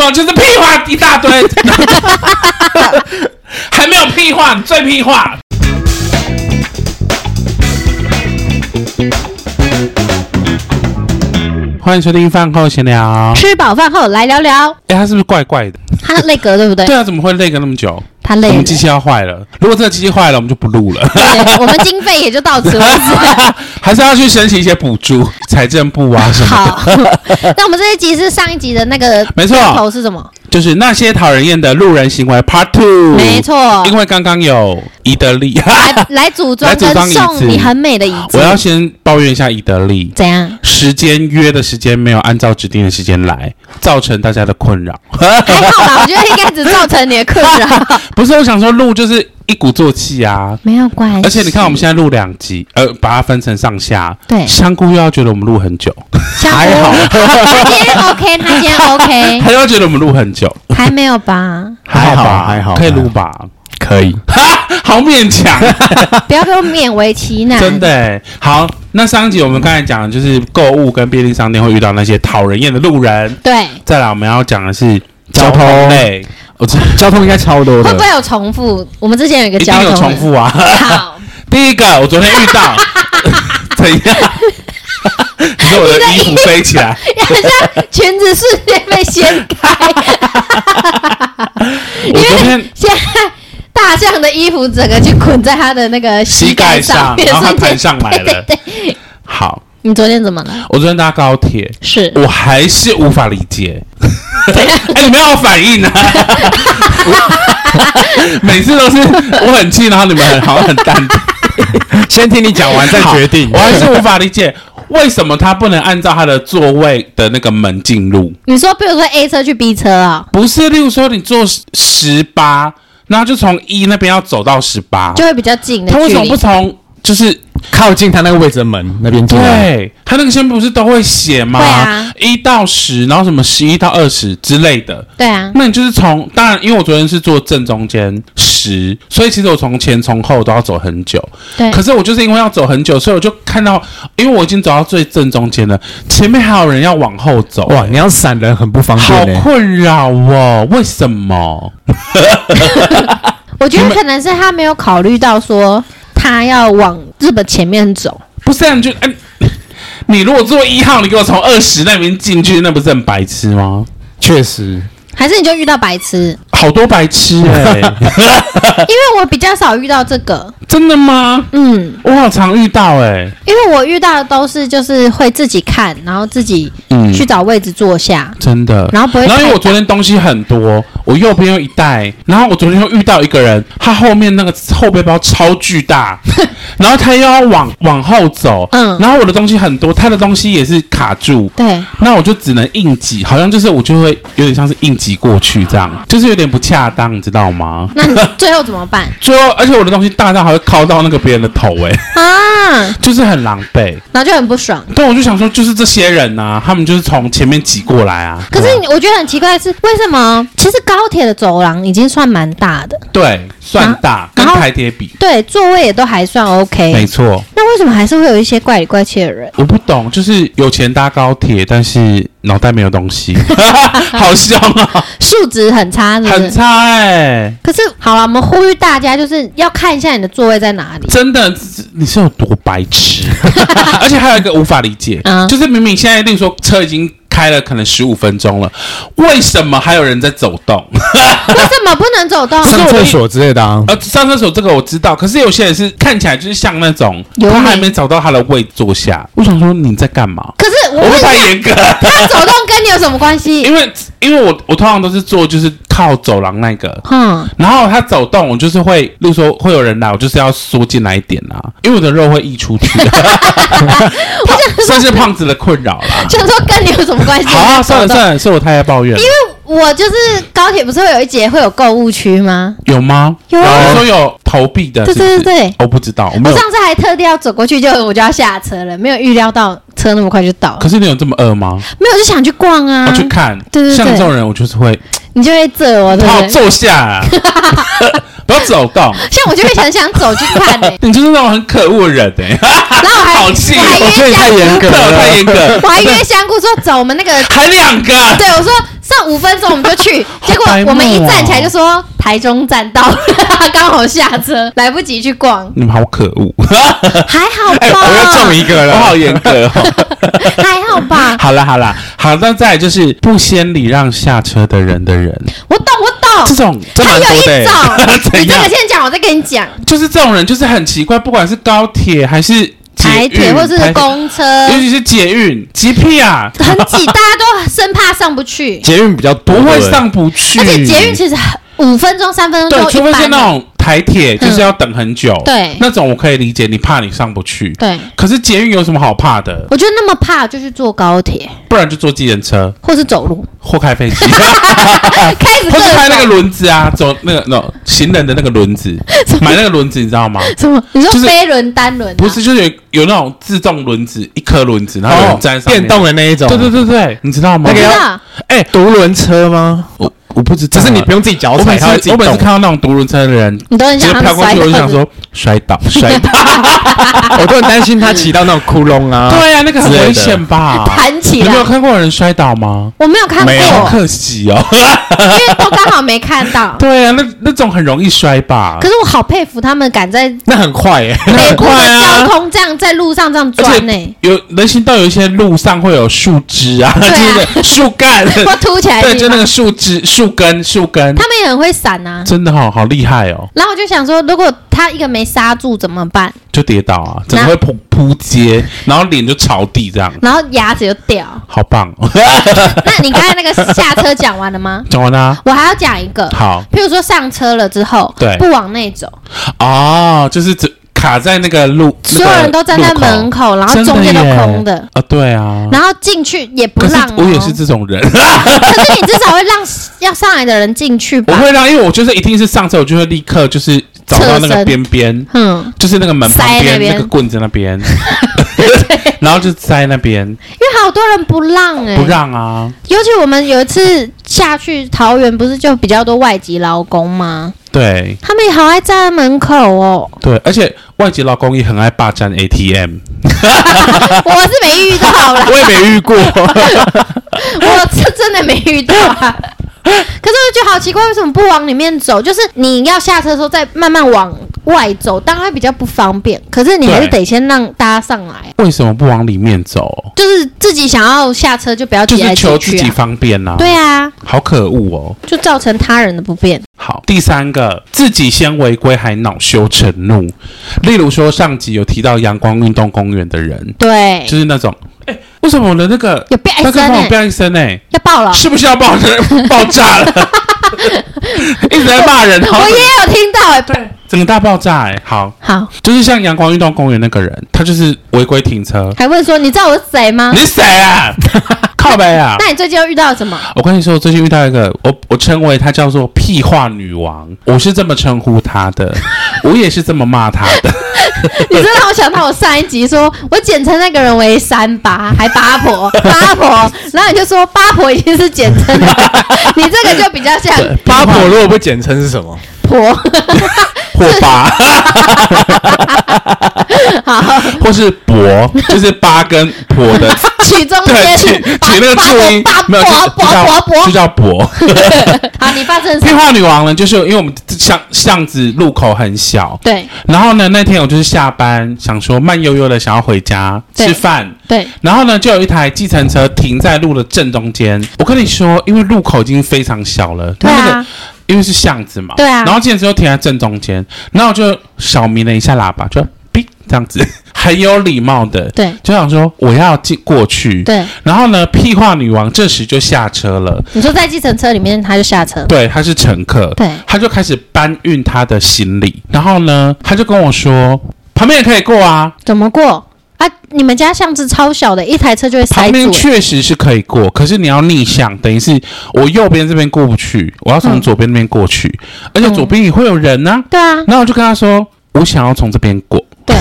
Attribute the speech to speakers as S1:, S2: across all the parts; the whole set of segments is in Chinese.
S1: 说就是屁话一大堆， 还没有屁话，最屁话。欢迎收听饭后闲聊。
S2: 吃饱饭后来聊聊，
S1: 哎，他是不是怪怪的？
S2: 他累格对不对？
S1: 对啊，怎么会累个那么久？
S2: 他
S1: 我
S2: 累
S1: 们
S2: 了
S1: 机器要坏了。如果这个机器坏了，我们就不录了，
S2: 对我们经费也就到此为止。
S1: 还是要去申请一些补助，财政部啊什么的。
S2: 好， 那我们这一集是上一集的那个
S1: 没错
S2: 开头是什么？
S1: 就是那些讨人厌的路人行为 Part Two。
S2: 没错，
S1: 因为刚刚有宜得利，
S2: 来来组装
S1: 来组
S2: 跟
S1: 装椅子
S2: 送你很美的椅子
S1: 我，要先抱怨一下宜得利，
S2: 怎样？
S1: 时间约的时间没有按照指定的时间来，造成大家的困扰。
S2: 还好吧，我觉得应该只造成你的困扰，
S1: 不是，我想说录就是一鼓作气啊。
S2: 没有关系。
S1: 而且你看，我们现在录两集，呃，把它分成上下。
S2: 对
S1: 香菇又要觉得我们录很久，
S2: 还 好，他今天 OK，他今天 OK，
S1: 他又要觉得我们录很久，
S2: 还没有哎吧？
S3: 还好
S1: 吧
S3: 还好
S1: 可以录吧？
S3: 可 以，
S1: 哈，好勉强，
S2: 不要给我勉为其难，
S1: 真的欸。好，那上一集我们刚才讲的就是购物跟便利商店会遇到那些讨人厌的路人，
S2: 对。
S1: 再来我们要讲的是
S3: 交通
S1: 类，我知
S3: 哦交通应该超多
S2: 会不
S3: 的
S2: 会。有重复？我们之前有一个
S1: 一
S2: 交
S1: 定
S2: 通
S1: 有重复啊。
S2: 的。好，
S1: 第一个，我昨天遇 到，怎样？ 你说我的衣服飞起 来，
S2: 像裙子瞬间被掀开，因
S1: 我昨
S2: 为
S1: 天
S2: 现在大象的衣服整个就捆在他的那个
S1: 膝盖
S2: 盖
S1: 上，
S2: 面
S1: 然 后它
S2: 瞬间
S1: 弹上来了。
S2: 对对对
S1: 好，
S2: 你昨天怎么了？
S1: 我昨天搭高铁，
S2: 是
S1: 我还是无法理解。
S2: 怎样？
S1: 哎、你没有反应 啊！每次都是我很气，然后你们很好像很淡定。
S3: 先听你讲完再决定。
S1: 我还是无法理解为什么他不能按照他的座位的那个门进入。
S2: 你说，比如说 A 车去 B 车啊、
S1: 不是，例如说你坐十八，然后就从一那边要走到十八，
S2: 就会比较近的
S1: 他为
S2: 距
S1: 什么
S2: 离
S1: 不。从就是
S3: 靠近他那个位置的门那边进来。
S1: 对他那个线不是都会写吗
S2: 啊会啊？
S1: 一、到十，然后什么十一到二十之类的。
S2: 对啊，
S1: 那你就是从，当然，因为我昨天是坐正中间十，所以其实我从前从后都要走很久。
S2: 对，
S1: 可是我就是因为要走很久，所以我就看到，因为我已经走到最正中间了，前面还有人要往后走、
S3: 哇，你要闪人很不欸方
S1: 好
S3: 便呢。
S1: 困扰哦，为什么？
S2: 我觉得可能是他没有考虑到说他要往日本前面走，
S1: 不是、啊，你就哎、 你如果坐一号，你给我从二十那边进去，那不是很白痴吗？
S3: 确实，
S2: 还是你就遇到 白痴？
S1: 好多白痴哎、
S2: 因为我比较少遇到这个，
S1: 真的吗？
S2: 嗯，
S1: 我好常遇到哎、
S2: 因为我遇到的都是就是会自己看，然后自己
S1: 嗯
S2: 去找位置坐下，
S1: 真的。
S2: 然后不会
S1: 然后因为
S2: 太
S1: 我昨天东西很多，我右边又一袋，然后我昨天又遇到一个人，他后面那个后背包超巨 大，然后他又要往往后走，
S2: 嗯
S1: 然后我的东西很多，他的东西也是卡住。
S2: 对，
S1: 那我就只能硬挤，好像就是我就会有点像是硬挤过去这样，就是有点不恰当，你知道吗？
S2: 那你 最后怎么办
S1: 最后，而且我的东西大到还会靠到那个别人的头、欸， 哎，
S2: 啊？
S1: 就是很狼狈。
S2: 然后就很不爽。
S1: 但我就想说，就是这些人呐、他们就是从前面挤过来啊。
S2: 可是你我觉得很奇怪的是，为什么？其实高铁的走廊已经算蛮大的，
S1: 对，算大，跟
S2: 然后哎
S1: 台铁比，
S2: 对，座位也都还算
S1: 没
S2: OK。
S1: 错，
S2: 那为什么还是会有一些怪里怪气的人？
S1: 我不懂，就是有钱搭高铁，但是脑袋没有东 西，好凶啊、
S2: 素质很差是不
S1: 很
S2: 是？
S1: 差哎、
S2: 可是好了，我们呼吁大家就是要看一下你的座位在哪 里。
S1: 真的，这你是有多白 痴？而且还有一个无法理解，
S2: 嗯
S1: 就是明明现在，例如说车已经开了可能十五分钟了，为什么还有人在走动？
S2: 为什么不能走动？
S1: 是
S3: 上
S1: 我的
S3: 厕
S1: 意
S3: 所之类的啊。
S1: 呃，上厕所这个我知道，可是有些人是看起来就是像那种
S2: 游
S1: 他
S2: 民
S1: 还没找到他的位坐下，我想说你在干嘛？
S2: 可是我
S1: 我
S2: 问
S1: 会
S2: 一下
S1: 太，严格。啊
S2: 他走动跟你有什么关系？
S1: 因为因为我我通常都是坐就是靠走廊那个，
S2: 哼，
S1: 然后他走动，我就是会，例如说会有人来，我就是要缩进来一点啊，因为我的肉会溢出去，啊
S2: 我想 说
S1: 算是胖子的困扰 啦。
S2: 想说跟你有什么关系？
S1: 好啊，算了
S2: 了。
S1: 算了，是我太爱抱怨了，
S2: 我就是高铁，不是会有一节会有购物区吗？
S1: 有吗？
S2: 有啊
S1: 你说有投币的，
S2: 对
S1: 是不
S2: 对
S1: 是
S2: 对对，
S1: 我不知道，我没
S2: 我
S1: 有。
S2: 上次还特地要走过去，就我就要下车了，没有预料到车那么快就到了
S1: 可，是你有这么饿吗？
S2: 没有就想去逛啊
S1: 我，去看，
S2: 对对对
S1: 像这种人，我就是会，
S2: 你就会这我对
S1: 好
S2: 不对？
S1: 坐下啊，不我要走动。
S2: 像我就会很想走去看欸呢、
S1: 你就是那种很可恶的人哎、
S2: 然后我还
S1: 好气哦
S2: 我还
S1: 我
S2: 约
S3: 觉得你太
S2: 香
S3: 严
S2: 菇
S3: 格，了
S1: 太严格，
S2: 我还约香菇说走，我们那个
S1: 还两个，
S2: 对我说剩五分钟我们就去，结果
S1: 好白目哦
S2: 我们一站起来就说台中站到了， 刚好下车，来不及去逛，
S1: 你们好可恶，
S2: 还好
S1: 哎
S2: 吧？
S1: 我又中
S3: 一个
S1: 我好严格哦。
S2: 还好吧？
S1: 好了好了，好，那再来就是不先礼让下车的人的人，
S2: 我懂，我
S1: 这
S2: 懂。
S1: 种这
S2: 哦还
S1: 蛮多
S2: 有一
S1: 的欸、
S2: 种，你
S1: 怎
S2: 这
S1: 样
S2: 个先讲，我再跟你讲。
S1: 就是这种人就是很奇怪，不管是高铁还是捷
S2: 台铁
S1: 运
S2: 或是
S1: 台
S2: 公车
S1: 尤其是捷运，急屁啊，
S2: 很 挤，大家都生怕上不去，
S3: 捷运比较多
S1: 不会
S3: 对对
S1: 上不去。
S2: 而且捷运其实很五分钟、三分钟
S1: 对，
S2: 就
S1: 除
S2: 一
S1: 非是
S2: 班
S1: 那
S2: 了。
S1: 种台铁，就是要等很久。
S2: 对
S1: 那种我可以理解，你怕你上不去。
S2: 对，
S1: 可是捷运有什么好怕的？
S2: 我觉得那么怕就去坐高铁
S1: 不然就坐计程车
S2: 或是走路，哎
S1: 或开飞 机，啊
S2: 开始
S1: 或
S2: 各
S1: 是开那个
S2: 种
S1: 轮子啊，走那个那种行人的那个轮 子，买那个轮子你知道吗？
S2: 什么？你说
S1: 就是
S2: 飞轮、单轮啊？
S1: 不是，就是有有那种自动轮子，一颗轮子，然后有人站在上面
S3: 哦电动。的那一种，
S1: 对对对对，你知道吗？
S3: 那
S2: 我
S3: 个
S2: 知
S3: 要
S2: 道，
S3: 哎，独轮车吗？
S1: 我我不知道
S3: 只
S1: 啊，
S3: 是你不用自己脚
S1: 我
S3: 踩，
S1: 每次
S3: 它会自己
S1: 我每次
S3: 动
S1: 看。到那种独轮车的人，
S2: 你都很
S1: 直接
S2: 想
S1: 飘
S2: 他们
S1: 过
S2: 摔
S1: 去，我就
S2: 倒
S1: 想说摔 倒摔倒。
S3: 我都很担心他骑到那种窟窿啊。
S1: 对啊，那个很
S3: 之类
S1: 危
S3: 的
S1: 险吧？
S2: 弹起
S1: 你没
S2: 来
S1: 有。看过啊有人摔倒吗？
S2: 我没 有看过，
S3: 没有
S1: 好
S2: 因
S1: 可惜哦。
S2: 为都刚好没看 到。
S1: 对啊，那那种很容易摔吧
S2: 可？是我好佩服他们敢在
S3: 那很快耶，
S1: 那
S2: 美
S1: 很
S2: 国
S1: 快
S2: 的交
S1: 啊。
S2: 通这样在路上这样欸
S1: 而
S2: 钻呢、
S1: 且有人行道有一些路上会有树枝啊，
S2: 啊哎
S1: 就是树 干，
S2: 或凸起来的
S1: 对，
S2: 地
S1: 就
S2: 方
S1: 那个树枝、树根、树根，
S2: 他们也很会闪啊。
S1: 真的好好厉害哦，
S2: 然后我就想说，如果他一个没刹住怎么办？
S1: 就跌倒啊，整
S2: 那
S1: 个会扑扑街，然后脸就朝地这样，。
S2: 然后牙齿就掉
S1: 好棒哦！
S2: 那你刚才那个下车讲完了吗？
S1: 讲完啦，
S2: 我还要讲一个，
S1: 好
S2: 譬如说上车了之后，
S1: 对
S2: 不往内走，
S1: 哦，就是只卡在那个路，
S2: 所有人都站在门
S1: 口，
S2: 口，然后
S1: 真的
S2: 中间都
S1: 耶
S2: 空的，
S1: 啊，对啊，
S2: 然后进去也不
S1: 可是
S2: 让、哦。
S1: 我也是这种人。
S2: 可是你至少会让 要上来的人进去
S1: 我
S2: 吧？
S1: 会让，因为我就是一定是上车，我就会立刻就是找到那
S2: 侧
S1: 个
S2: 身
S1: 边边，
S2: 嗯，
S1: 就是那个门旁
S2: 塞那
S1: 边
S2: 边
S1: 那个棍子那 边，然后就塞那边
S2: 因为好多人不让哎、
S1: 不让啊，
S2: 尤其我们有一次下去桃园，不是就比较多外籍劳工吗？
S1: 对
S2: 他们也好爱站在门口 哦，
S1: 对，而且外籍老公也很爱霸占 ATM，
S2: 我是没遇 到啦，
S3: 我也没遇过。
S2: 我是真的没遇到啊。可是我觉得好奇怪，为什么不往里面走？就是你要下车的时候再慢慢往外走，当然会比较不方便。可是你还是
S1: 对
S2: 得先让大家上来，啊
S1: 为什么不往里面走？
S2: 就是自己想要下车就不 要
S1: 就
S2: 挤
S1: 是
S2: 来
S1: 求
S2: 挤
S1: 自
S2: 去、
S1: 己
S2: 啊。
S1: 方便呐、
S2: 对啊，
S1: 好可恶哦。
S2: 就造成他人的不便。
S1: 好，第三个，自己先违规还恼羞成怒，例如说上集有提到阳光运动公园的人，
S2: 对，
S1: 就是那种，哎、为什么我的那个
S2: 有变
S1: 那
S2: 声
S1: 个帮
S2: 呢
S1: 我，不要一声哎、
S2: 要爆了。
S1: 是不是要爆爆炸 了？一直在骂人， 然后
S2: 我也有听到、欸，
S1: 对，整个大爆炸哎、好，
S2: 好，
S1: 就是像阳光运动公园那个人，他就是违规停车，
S2: 还问说你知道我是谁吗
S1: 你？是谁啊？ 靠北啊！
S2: 那你最近又遇到什么？
S1: 我跟你说，我最近遇到一个，我我称为她叫做屁话女王，我是这么称呼她 的，我也是这么骂她的。
S2: 你真的让我想到我上一集说，我简称那个人为三八，还 八婆，八婆，然后你就说八婆已经是简称了，你这个就比较像
S3: 八婆如果不简称是什么？
S2: 婆，
S1: 或八， 或是伯，就是八跟婆 的，
S2: 取中
S1: 对，
S2: 间
S1: 取
S2: 八
S1: 取那个注音
S2: 八，
S1: 没有
S2: 婆
S1: 就就叫
S2: 婆婆婆
S1: 就叫伯。
S2: 好，你发生什
S1: 壁
S2: 么？
S1: 画女王呢，就是因为我们巷巷子路口很小，
S2: 对
S1: 然后呢那天我就是下班想说慢悠悠的想要回家
S2: 对
S1: 吃饭，
S2: 对，
S1: 然后呢就有一台计程车停在路的正中间。我跟你说，因为路口已经非常小了，
S2: 对
S1: 那那
S2: 啊
S1: 个。因为是巷子嘛，
S2: 对啊
S1: 然后计程车就停在正中间，然后我就小鸣了一下喇叭，就哔这样子， 很有礼貌的，
S2: 对
S1: 就想说我要进过去，
S2: 对，
S1: 然后呢，屁话女王这时就下车了，
S2: 你说在计程车里面他就下车，
S1: 对，他是乘客，
S2: 对
S1: 他就开始搬运他的行李，然后呢，他就跟我说，旁边也可以过啊，
S2: 怎么过啊？你们家巷子超小的，一台车就会塞
S1: 旁边
S2: 住、欸
S1: 确实是可以过，可是你要逆向，等于是我右边这边过不去，我要从左边那边过去，
S2: 嗯
S1: 而且左边也会有人呢、
S2: 对啊，
S1: 然后我就跟他说，我想要从这边过，
S2: 对，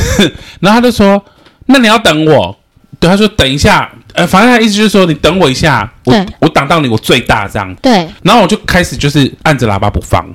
S1: 然后他就说，那你要等我，对，他说等一下，呃，反正他意思就是说，你等我一下，我
S2: 对
S1: 我挡到你，我最大这样。
S2: 对，
S1: 然后我就开始就是按着喇叭不放，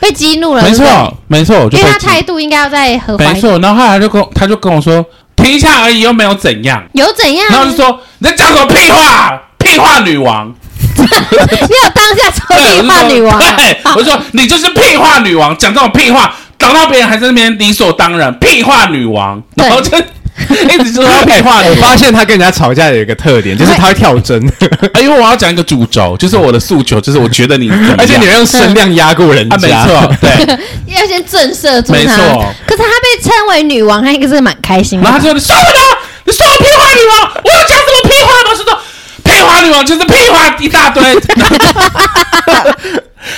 S2: 被激怒了，
S1: 没
S2: 对不对，
S1: 错没错，我就
S2: 因为
S1: 被
S2: 他
S1: 激
S2: 态度应该要再和缓
S1: 没
S2: 一点，
S1: 错。然后后来他就跟他就跟我说，停一下而已，又没有怎样。
S2: 有怎样？
S1: 然后就 说你在讲什么屁话，屁话女王。
S2: 你有当下抽
S1: 对，我
S2: 屁
S1: 就
S2: 话
S1: 说
S2: 女 王啊，
S1: 对，我就说你就是屁话女王，讲这种屁话，挡到别人还在那边理所当然，屁话女王，
S2: 对
S1: 然后 就一直说屁话
S3: 我
S1: 女王。
S3: 哎发现他跟人家吵架有一个特点，就是他会跳针，
S1: 哎因为我要讲一个主轴，就是我的诉求，就是我觉得你怎么样，
S3: 而且你会用声量压过人
S1: 啊，没
S3: 家。
S1: 错， 对。
S2: 要先震慑住
S1: 没
S2: 他
S1: 错。
S2: 可是他被称为女王，他应该是蛮开心
S1: 然后
S2: 的。
S1: 他就说：“你说我呢？你说我屁话女王？我有讲什么屁话吗？”是说屁话女王就是屁话一 大堆，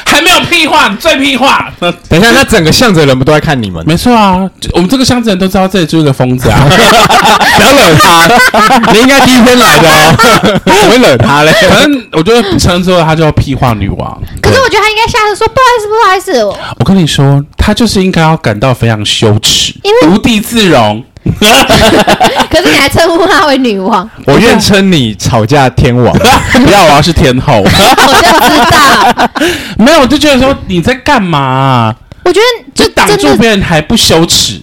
S1: 还没有屁话，你最屁话。
S3: 等一下，那整个巷子的人不都在看你们？
S1: 没错啊，我们这个箱子人都知道这里就是个疯子 啊。
S3: 不要惹他， 你应该第一天来 的哦，怎么会惹他嘞？
S1: 反正我就称之为她叫屁话女王。
S2: 可是我觉得他应该下次说不好意思，不好意 思，我
S1: 我跟你说，她就是应该要感到非常羞耻，
S2: 因为
S1: 无地自容。
S2: 可是你还称呼她为女 王，
S3: 我愿称你吵架天王。啊
S1: 不要，我要是天 后。
S2: 我就知道。
S1: 没有，我就觉得说你在干嘛啊、
S2: 我觉得
S1: 就
S2: 就
S1: 挡
S2: 真
S1: 住
S2: 的
S1: 别人还不羞耻，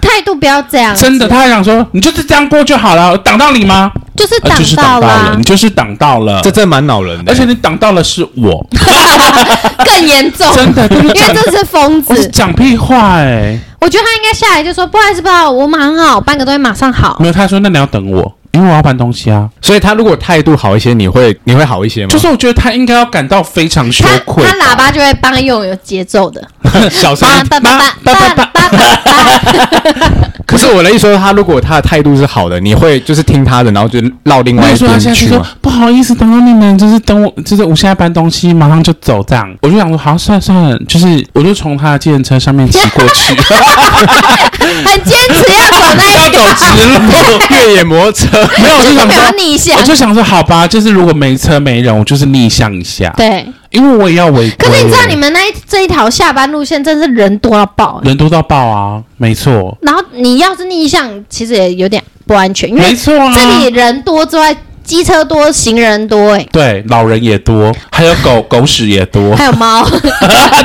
S2: 态度不要这样，
S1: 真的，他还想说你就是这样过就好了，挡到你吗？
S2: 啊就是
S1: 呃
S2: 挡
S1: 就是
S2: 到
S1: 挡到了，
S2: 啦
S1: 你，就是挡到了
S3: 这，真的蛮恼人的。
S1: 而且你挡到了是我，
S2: 更严重。
S1: 真的就是
S2: 因为
S1: 讲
S2: 这是疯
S1: 我是
S2: 子，
S1: 讲屁话哎，
S2: 我觉得他应该下来就说不好意思，不好意思，我们很好，半个都会马上好
S1: 没。有，他说那你要等我，因为我要搬东西啊。
S3: 所以他如果态度好一些，你会你会好一些吗？
S1: 就是我觉得他应该要感到非常羞
S2: 他
S1: 愧吧，
S2: 他喇叭就会帮他用有节奏的，
S3: 小声。
S2: 叭叭叭叭叭叭叭 叭，
S3: 可是我的意思说，他如果他的态度是好的，你会就是听他的，然后就绕另
S1: 我
S3: 外
S1: 也
S3: 一
S1: 说他
S3: 边
S1: 现在
S3: 去
S1: 就说
S3: 吗？
S1: 不好意思，等到你们就是等我，就是我现在搬东西，马上就走这样。我就想说，好，算了算了，就是我就从他的计程车上面骑过 去，
S2: 很坚持要走那一
S1: 要走直 路。
S3: 越野摩托车，
S1: 没有，我就
S2: 就
S1: 想
S2: 没有
S1: 说，
S2: 逆向
S1: 我。就想说，好吧，就是如果没车没人，我就是逆向一下，
S2: 对，
S1: 因为我也要违规。
S2: 可是你知道你们那一这一条下班路线真是人多到爆、欸
S1: 人多到爆啊，没错，
S2: 然后你要是逆向，其实也有点不安全，因
S1: 没
S2: 为
S1: 错啊，
S2: 这里人多之外，机车多，行人多、欸，
S1: 对老人也多，还有 狗狗屎也多，
S2: 还有猫，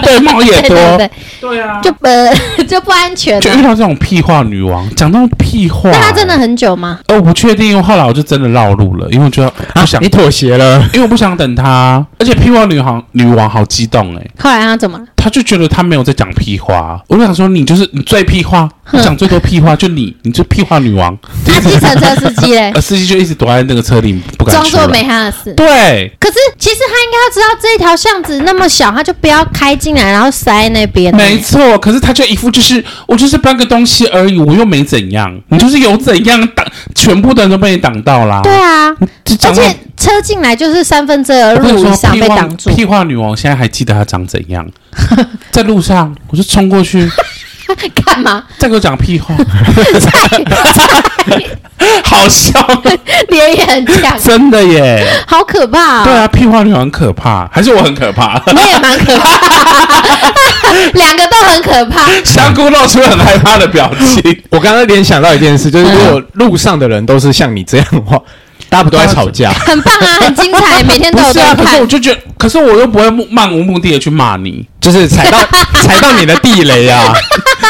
S1: 对猫也
S2: 哦 对
S1: 多，
S2: 对对，
S1: 对啊，
S2: 就呃 就不安 全
S1: 就
S2: 了、
S1: 遇到这种屁话女王，讲这种屁话，
S2: 那他真的很久吗？
S1: 呃，我不确定，因为后来我就真的绕路了，因为我觉得不想，
S3: 你妥协了。
S1: 因为我不想等他，而且屁话女王女王好激动哎、欸，
S2: 后来他怎么 了？
S1: 她就觉得她没有在讲屁话，我就想说你就是你最屁话，
S2: 哼
S1: 你讲最多屁话就你，你就屁话女王，
S2: 那计程车司机嘞
S1: 呃，，司机就一直躲在那个车里不敢
S2: 哎装
S1: 出
S2: 作
S1: 来，
S2: 没他的事。
S1: 对，
S2: 可是其实他应该要知道这一条巷子那么小，他就不要开进来，然后塞那边。
S1: 没错，可是她就一副就是我就是搬个东西而已，我又没怎样，你就是有怎样挡，全部的人都被你挡到啦，
S2: 对啊，
S1: 就
S2: 而
S1: 讲到
S2: 且车进来就是三分之二
S1: 我跟你
S2: 路以
S1: 说，
S2: 上
S1: 屁
S2: 被
S1: 话
S2: 挡住，
S1: 屁话女王现在还记得她长怎样， 在路上我就冲过去，
S2: 干嘛？
S1: 再给我讲屁话，好 笑，
S2: 脸也很 强，
S1: 真的耶！
S2: 好可怕、哦
S1: 对，啊，屁话女王很可怕，还是我很可怕？
S2: 你也蛮可怕， 两个都很可怕。
S1: 香菇露出很害怕的表情。
S3: 我刚刚联想到一件事，就是如果路上的人都是像你这样的话，大家不都在吵架？
S2: 很棒 啊，很 精彩，每天
S1: 不
S2: 都有
S1: 是啊，可
S2: 在
S1: 是我
S2: 看。
S1: 就觉得，可是我又不会目漫无目的的去骂你。
S3: 就是 踩到踩到你的地雷啊，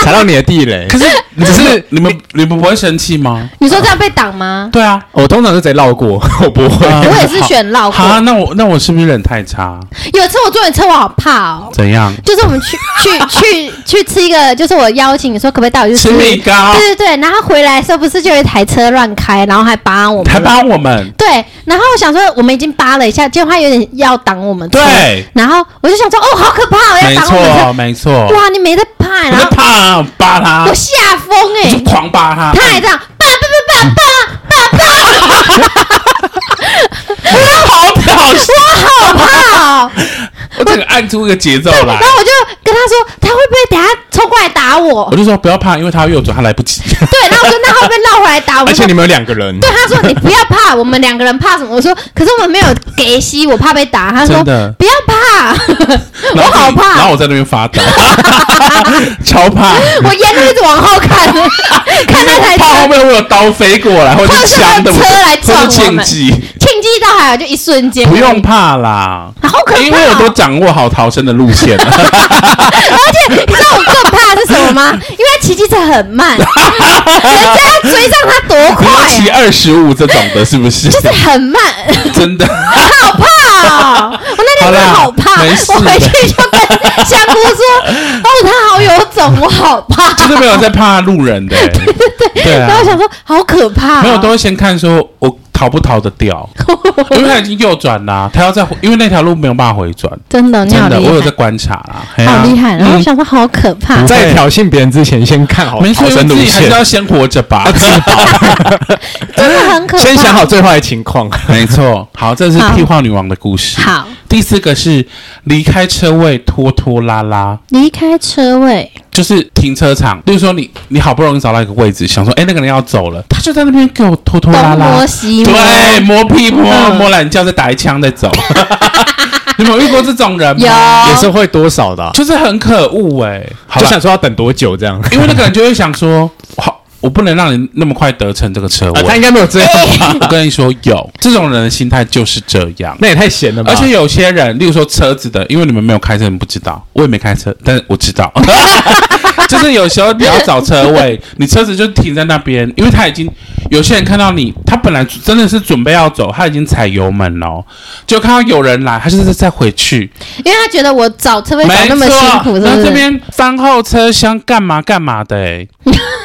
S3: 踩到你的地雷。
S1: 可是你
S3: 只
S1: 们
S3: 是
S1: 你们你们不会生气吗？
S2: 你说这样被挡吗？
S1: 对啊，
S3: 我通常是直接绕过，我不会。
S1: 啊
S2: 我也是选绕过
S1: 好啊，那我那我是不是人太差？
S2: 有一次我坐你车，我好怕哦。
S1: 怎样？
S2: 就是我们去去去去吃一个，就是我邀请你说可不可以带我去
S1: 吃米糕
S2: 对对对，然后回来的时候不是就有一台车乱开，然后还扒我们，
S1: 还帮我们？
S2: 对，然后我想说我们已经扒了一下，结果他有点要挡我们车，
S1: 对，
S2: 然后我就想说哦，好可怕哦，要
S1: 没
S2: 挡我们车，
S1: 错，没 错。
S2: 哇，你没在怕，
S1: 我
S2: 然
S1: 就
S2: 后
S1: 啪扒他
S2: 我，吓疯
S1: 我就
S2: 哎，
S1: 狂扒他。
S2: 他还这样，爸爸爸爸
S1: 好搞笑，
S2: 爸，好怕哦，
S1: 我整个按出一个节奏来
S2: 然。后我就跟他说，他会不会等下冲过来打我
S1: 我？就说不要怕，因为他右转，他来不及。
S2: 对，然后我说那他会不会绕回来打我？
S3: 而且
S2: 我说
S3: 你们有两个人，
S2: 对，他说你不要怕，我们两个人怕什么？我说可是我们没有给息，我怕被打。他说
S1: 真的
S2: 不要 怕，怕，我
S1: 然后
S2: 好怕
S1: 然后我在那边发 呆，超怕，
S2: 我沿路一直往后看， 看那台车
S1: 怕后面会有刀飞过来，或者是枪的，
S2: 或者是车来撞
S1: 或
S2: 我
S1: 是庆
S2: 们
S1: 忌，
S2: 庆忌到海就一瞬间，
S1: 不用怕 啦。
S2: 好可怕、哦
S1: 因为我都掌握好逃生的路线了，
S2: 而且你知道我更怕的是什 么吗？因为他骑机车很慢，人家要追上他多
S1: 你
S2: 快、
S1: 要骑
S2: 啊，
S1: 二十五这种的，是不是？
S2: 就是很慢。
S1: 真的，
S2: 好怕哦！我那天真的好怕，
S1: 好啦没事的
S2: 我回去就跟香菇说：“哦，他好有种，我好怕。
S1: 就是没有在怕路人的、欸，对对对，
S2: 然后
S1: 啊
S2: 我，想说，好可怕、哦。
S1: 没有都会先看说我逃不逃得 掉，因为他已经右转啦，他要再回因为那条路没有办法回转，
S2: 真的，你好
S1: 真的，
S2: 厉
S1: 我有在
S2: 害，
S1: 观察啦，嘿啊
S2: 好厉害。然后我想说，好可怕。
S1: 嗯
S3: 在挑衅别人之前，先看好
S1: 没
S3: 逃
S1: 错，因为
S3: 生路
S1: 自己还是
S3: 线，
S1: 要先活着 吧。
S2: 真的很可怕。
S3: 先想好最坏的情况。
S1: 没错，好，这是
S2: 好
S1: 屁话女王的故事。
S2: 好
S1: 第四个是离开车位拖拖拉拉，
S2: 离开车位，
S1: 就是停车场。比如说你，你好不容易找到一个位置，想说，哎，那个人要走了，他就在那边给我拖拖
S2: 东
S1: 拉拉
S2: 摸，西摸，
S1: 对，摸屁摸
S2: 嗯
S1: 摸懒觉，再打一枪再走。 你们有遇过这种人吗？
S2: 有
S3: 也是会多少的啊、
S1: 就是很可恶哎、好
S3: 就
S1: 啦
S3: 想说要等多 久这样。
S1: 因为那个人就会想说，好，我不能让你那么快得逞这个车位。
S3: 啊，他应该没有这 样，
S1: 我跟你说，有这种人的心态就是这样。
S3: 那也太闲了吧？
S1: 而且有些人，例如说车子的，因为你们没有开车，你们不知道，我也没开车，但是我知 道，就是有时候你要找车位，你车子就停在那边，因为他已经有些人看到你，他本来真的是准备要走，他已经踩油门了哦，就看到有人来，他就是再回去，
S2: 因为他觉得我找车位
S1: 没
S2: 找那么辛苦，
S1: 错
S2: 是
S1: 然
S2: 不
S1: 后
S2: 是？
S1: 这边翻后车厢干嘛干嘛的、欸，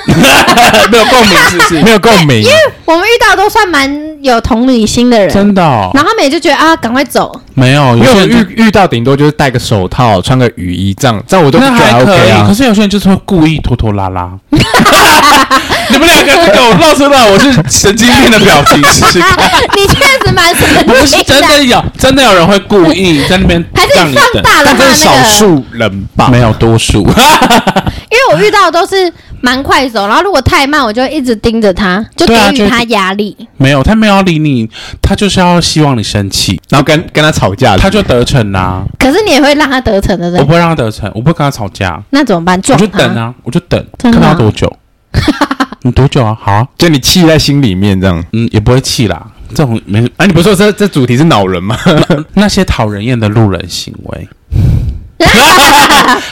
S1: 没有共鸣是不是？
S3: 没有共鸣，
S2: 我们遇到都算蛮有同理心的人，
S1: 真的、哦、
S2: 然后他们也就觉得啊，赶快走，
S1: 没有，
S3: 因为
S1: 有
S3: 我
S1: 些人就
S3: 遇遇到顶多就是戴个手套，穿个雨衣这样，这样我都不
S1: 那
S3: 觉
S1: 还
S3: 得
S1: 可
S3: OK
S1: 以，可
S3: 啊。
S1: 是有些人就是会故意拖拖拉 拉。你们两个哎给我露出了我是神经病的表情试试看，
S2: 你确实蛮神
S1: 不是
S2: 经
S1: 真的有，真的有人会故意在那边
S2: 还是
S1: 让
S2: 你
S1: 你
S2: 放
S1: 等，
S2: 大了
S3: 但
S2: 他
S3: 这
S2: 那
S3: 是少
S2: 个，
S3: 数人吧？
S1: 没有多数，
S2: 因为我遇到的都是蛮快手，然后如果太慢，我就一直盯着他，就给
S1: 对啊
S2: 予他压力。
S1: 没有，他没有要理你，他就是要希望你生 气，
S3: 然后跟跟他吵架，
S1: 他就得逞啦、
S2: 可是你也会让他得逞的，对
S1: 我
S2: 不
S1: 不
S2: 对？
S1: 会让他得逞，我不会跟他吵架，
S2: 那怎么办？
S1: 我
S2: 撞
S1: 就
S2: 他？
S1: 等啊，我就等，
S2: 真
S1: 看
S2: 的啊
S1: 他多久，你多久啊？好啊，
S3: 就你气在心里面这样。
S1: 嗯，也不会气啦，这种没
S3: 哎、你不是说这这主题是恼人 吗？
S1: 那些讨人厌的路人行为。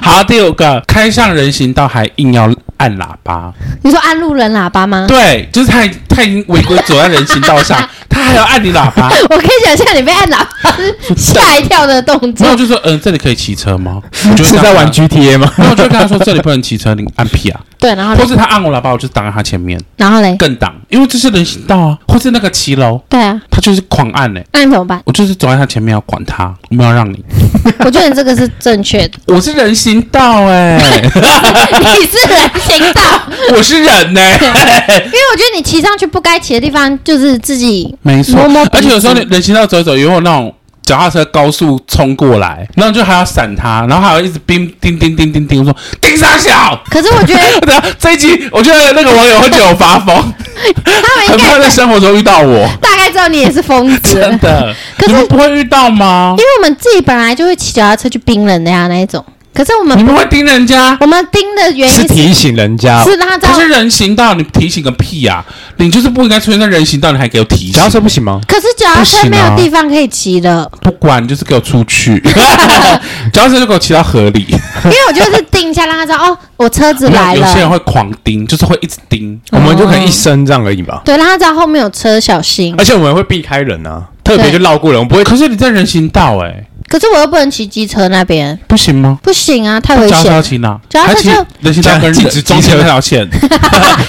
S1: 好，第五个，开上人行道还硬要按喇叭，
S2: 你说按路人喇叭吗？
S1: 对，就是他已他已经违规走在人行道上，他还要按你喇 叭，
S2: 我可以想象你被按喇叭是吓一跳的动
S1: 然后我
S2: 作。
S1: 就说，嗯、这里可以骑车吗？我就会
S3: 是
S1: 跟他
S3: 在玩，GTA 吗？
S1: 然后我就会跟他说，这里不能骑车，你按 屁啊！
S2: 对，然后
S1: 或
S2: 嘞，
S1: 是他按我喇叭，我就挡在他前面，
S2: 然后嘞，
S1: 更挡，因为这是人行道啊，或是那个骑楼，
S2: 对啊，
S1: 他就是狂按嘞、
S2: 那你怎 么办？
S1: 我就是走在他前面要管他，我没有让你，
S2: 我觉得你这个是正确 的，
S1: 我是人行道哎、
S2: 你是人行道。
S1: 我是人欸呢、
S2: 因为我觉得你骑上去不该骑的地方，就是自己
S1: 没错，
S2: 摸摸鼻子
S1: 而且有时候你人行道走一走，也有那种脚踏车高速冲过来，然后你就还要闪他，然后还要一直叮叮叮叮叮叮，我说叮傻小。
S2: 可是我觉得
S1: 等下这一集，我觉得那个网友会觉得我发 疯，
S2: 他们
S1: 很
S2: 应
S1: 怕在
S2: 该
S1: 生活中遇到 我，
S2: 大概知道你也是疯子，
S1: 真的。
S2: 可
S1: 你
S2: 是
S1: 们不会遇到吗
S2: 因？为我们自己本来就会骑脚踏车去冰人的呀那一种。可是我们
S1: 你们会盯人家？
S2: 我们盯的原
S3: 是
S2: 因
S3: 提醒人家，
S2: 是让他知
S1: 啊可
S2: 道，
S1: 是人行道，你提醒个屁呀、你就是不应该出现在人行道，你还给我提
S3: 脚
S1: 醒
S3: 踏？车不行吗？
S2: 可是脚踏车没有地方可以骑的，
S1: 不管，你就是给我出 去。脚踏车就给我骑到河 里。
S2: 因为我就是盯一下让他知道哦，我车子
S1: 没有
S2: 来
S1: 啊有些人
S2: 了，
S1: 会狂盯，就是会一直盯。
S3: 我们就可能一生这样而已吧。
S2: 对，让他知道后面有车，小心。
S1: 哎
S3: 而且我们会避开人啊，特别就绕过人，我们不
S1: 喂，
S3: 会。
S1: 可是你在人行道哎、
S2: 可是我又不能骑机车那边，
S1: 不行吗？
S2: 不行啊，太危
S1: 脚
S2: 险
S1: 踏
S2: 了。
S1: 车呢？
S2: 脚踏车就
S1: 还骑人行道跟
S3: 禁止
S1: 中
S3: 机车
S1: 间那条 线，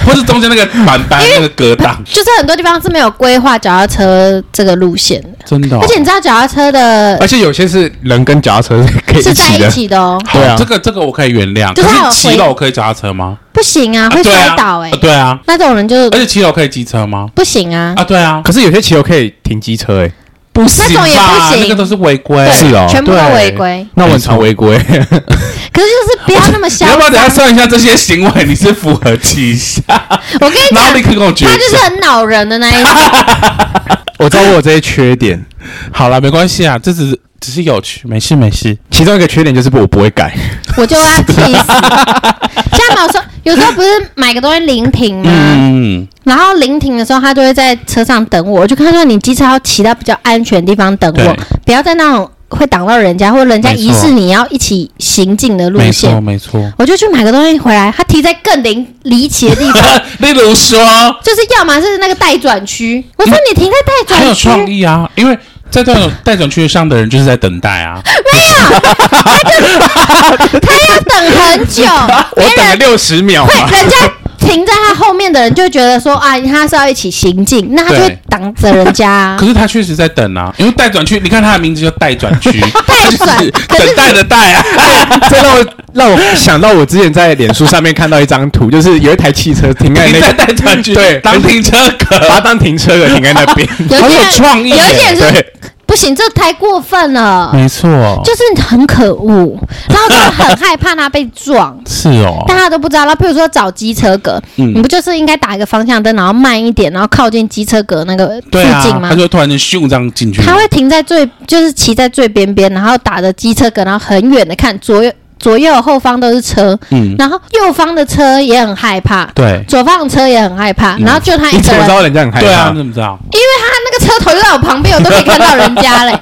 S1: 或是中间那个板板那个隔挡，
S2: 就是很多地方是没有规划脚踏车这个路线的，
S1: 真的哦、
S2: 而且你知道脚踏车的
S3: 而且有些是人跟脚踏车是
S1: 哎
S3: 可以
S2: 是在
S3: 起
S2: 一
S3: 的，
S2: 起的哦，
S1: 好
S3: 对啊
S1: 这个这个我可以原谅。
S2: 就
S1: 可
S2: 是它有
S1: 是骑
S2: 回
S1: 楼可以脚踏车吗？
S2: 不行啊，
S1: 啊
S2: 会
S1: 对
S2: 摔
S1: 啊
S2: 倒哎、
S1: 啊对啊，
S2: 那种人就
S1: 而且骑楼可以机车吗？
S2: 不行啊。
S1: 啊，对啊，
S3: 可是有些骑楼可以停机车、欸，
S1: 不
S2: 那种也不
S1: 吧？
S2: 行
S1: 那个哎都是违规
S2: 对。
S3: 是哦
S2: 全部都
S1: 对
S2: 违规。
S3: 那我很常违规。
S2: 可是就是不要那么
S1: 你
S2: 嚣
S1: 要不要等下
S2: 张。
S1: 算一下这些行为你是符合几下？
S2: 我跟你
S1: 然后
S2: 讲
S1: 你，可以跟我决
S2: 他就是
S1: 战。
S2: 很恼人的那一种。
S3: 我知道我有这些缺点，
S1: 好了，没关系啊，这只是只是有趣，没事没事。
S3: 其中一个缺点就是我不会改。
S2: 我就要气死。 像毛说，有时候不是买个东西临停吗？
S1: 嗯，嗯
S2: 然后临停的时候，他就会在车上等我。我就看说，你机车要骑到比较安全的地方等我
S1: 对，
S2: 不要在那种会挡到人家或人家
S1: 没错
S2: 疑似你要一起行进的路
S1: 没错
S2: 线。
S1: 没错。
S2: 我就去买个东西回来，他停在更离离奇的 地方，
S1: 例如说，
S2: 就是要么是那个待转区。我说你停在待
S1: 很嗯有
S2: 转区，
S1: 创意啊，因为在这种待转区上的人就是在等待 啊，
S2: 他要等很久，
S3: 我
S2: 别
S3: 等了
S2: 人
S3: 六十秒
S2: 会
S3: 嘛，
S2: 人家。停在他后面的人就会觉得说啊，他是要一起行进，那他就会
S1: 对
S2: 挡着人家 啊、
S1: 可是他确实在等啊，因为待转区，你看他的名字叫待转 区，
S2: 待转
S1: 就是
S2: 可是
S1: 等待的待 啊，
S3: 这让我让我想到我之前在脸书上面看到一张图，就是有一台汽车停在
S1: 你
S3: 那
S1: 在
S3: 个，
S1: 待转区，
S3: 对
S1: 当停车
S3: 把它
S1: 格，
S3: 当停车的停在那边。
S2: 有一
S1: 好
S2: 些
S1: 有啊
S2: 人
S1: 创意耶
S2: 有一些人是
S3: 对，
S2: 不行，这太过分了，
S1: 没错，
S2: 就是很可恶。然后真的很害怕他被撞，
S1: 是哦，
S2: 大家都不知道。然后譬如说找机车格，
S1: 嗯
S2: 你不就是应该打一个方向灯，然后慢一点，然后靠近机车格那个附
S1: 对啊
S2: 近，吗
S1: 他？就突然间咻这样进去，
S2: 他会停在最，就是骑在最边边，然后打着机车格，然后很远的看左右左右后方都是车，
S1: 嗯，
S2: 然后右方的车也很害怕，
S1: 对，
S2: 左方的车也很害怕，
S1: 嗯
S2: 然后就他一
S3: 你
S2: 个
S3: 怎么
S2: 人
S3: 知，道人家很害
S1: 对啊，
S3: 怕
S1: 你？怎么知道？
S2: 因为他那个车头就在我旁边，我都可以看到人 家嘞。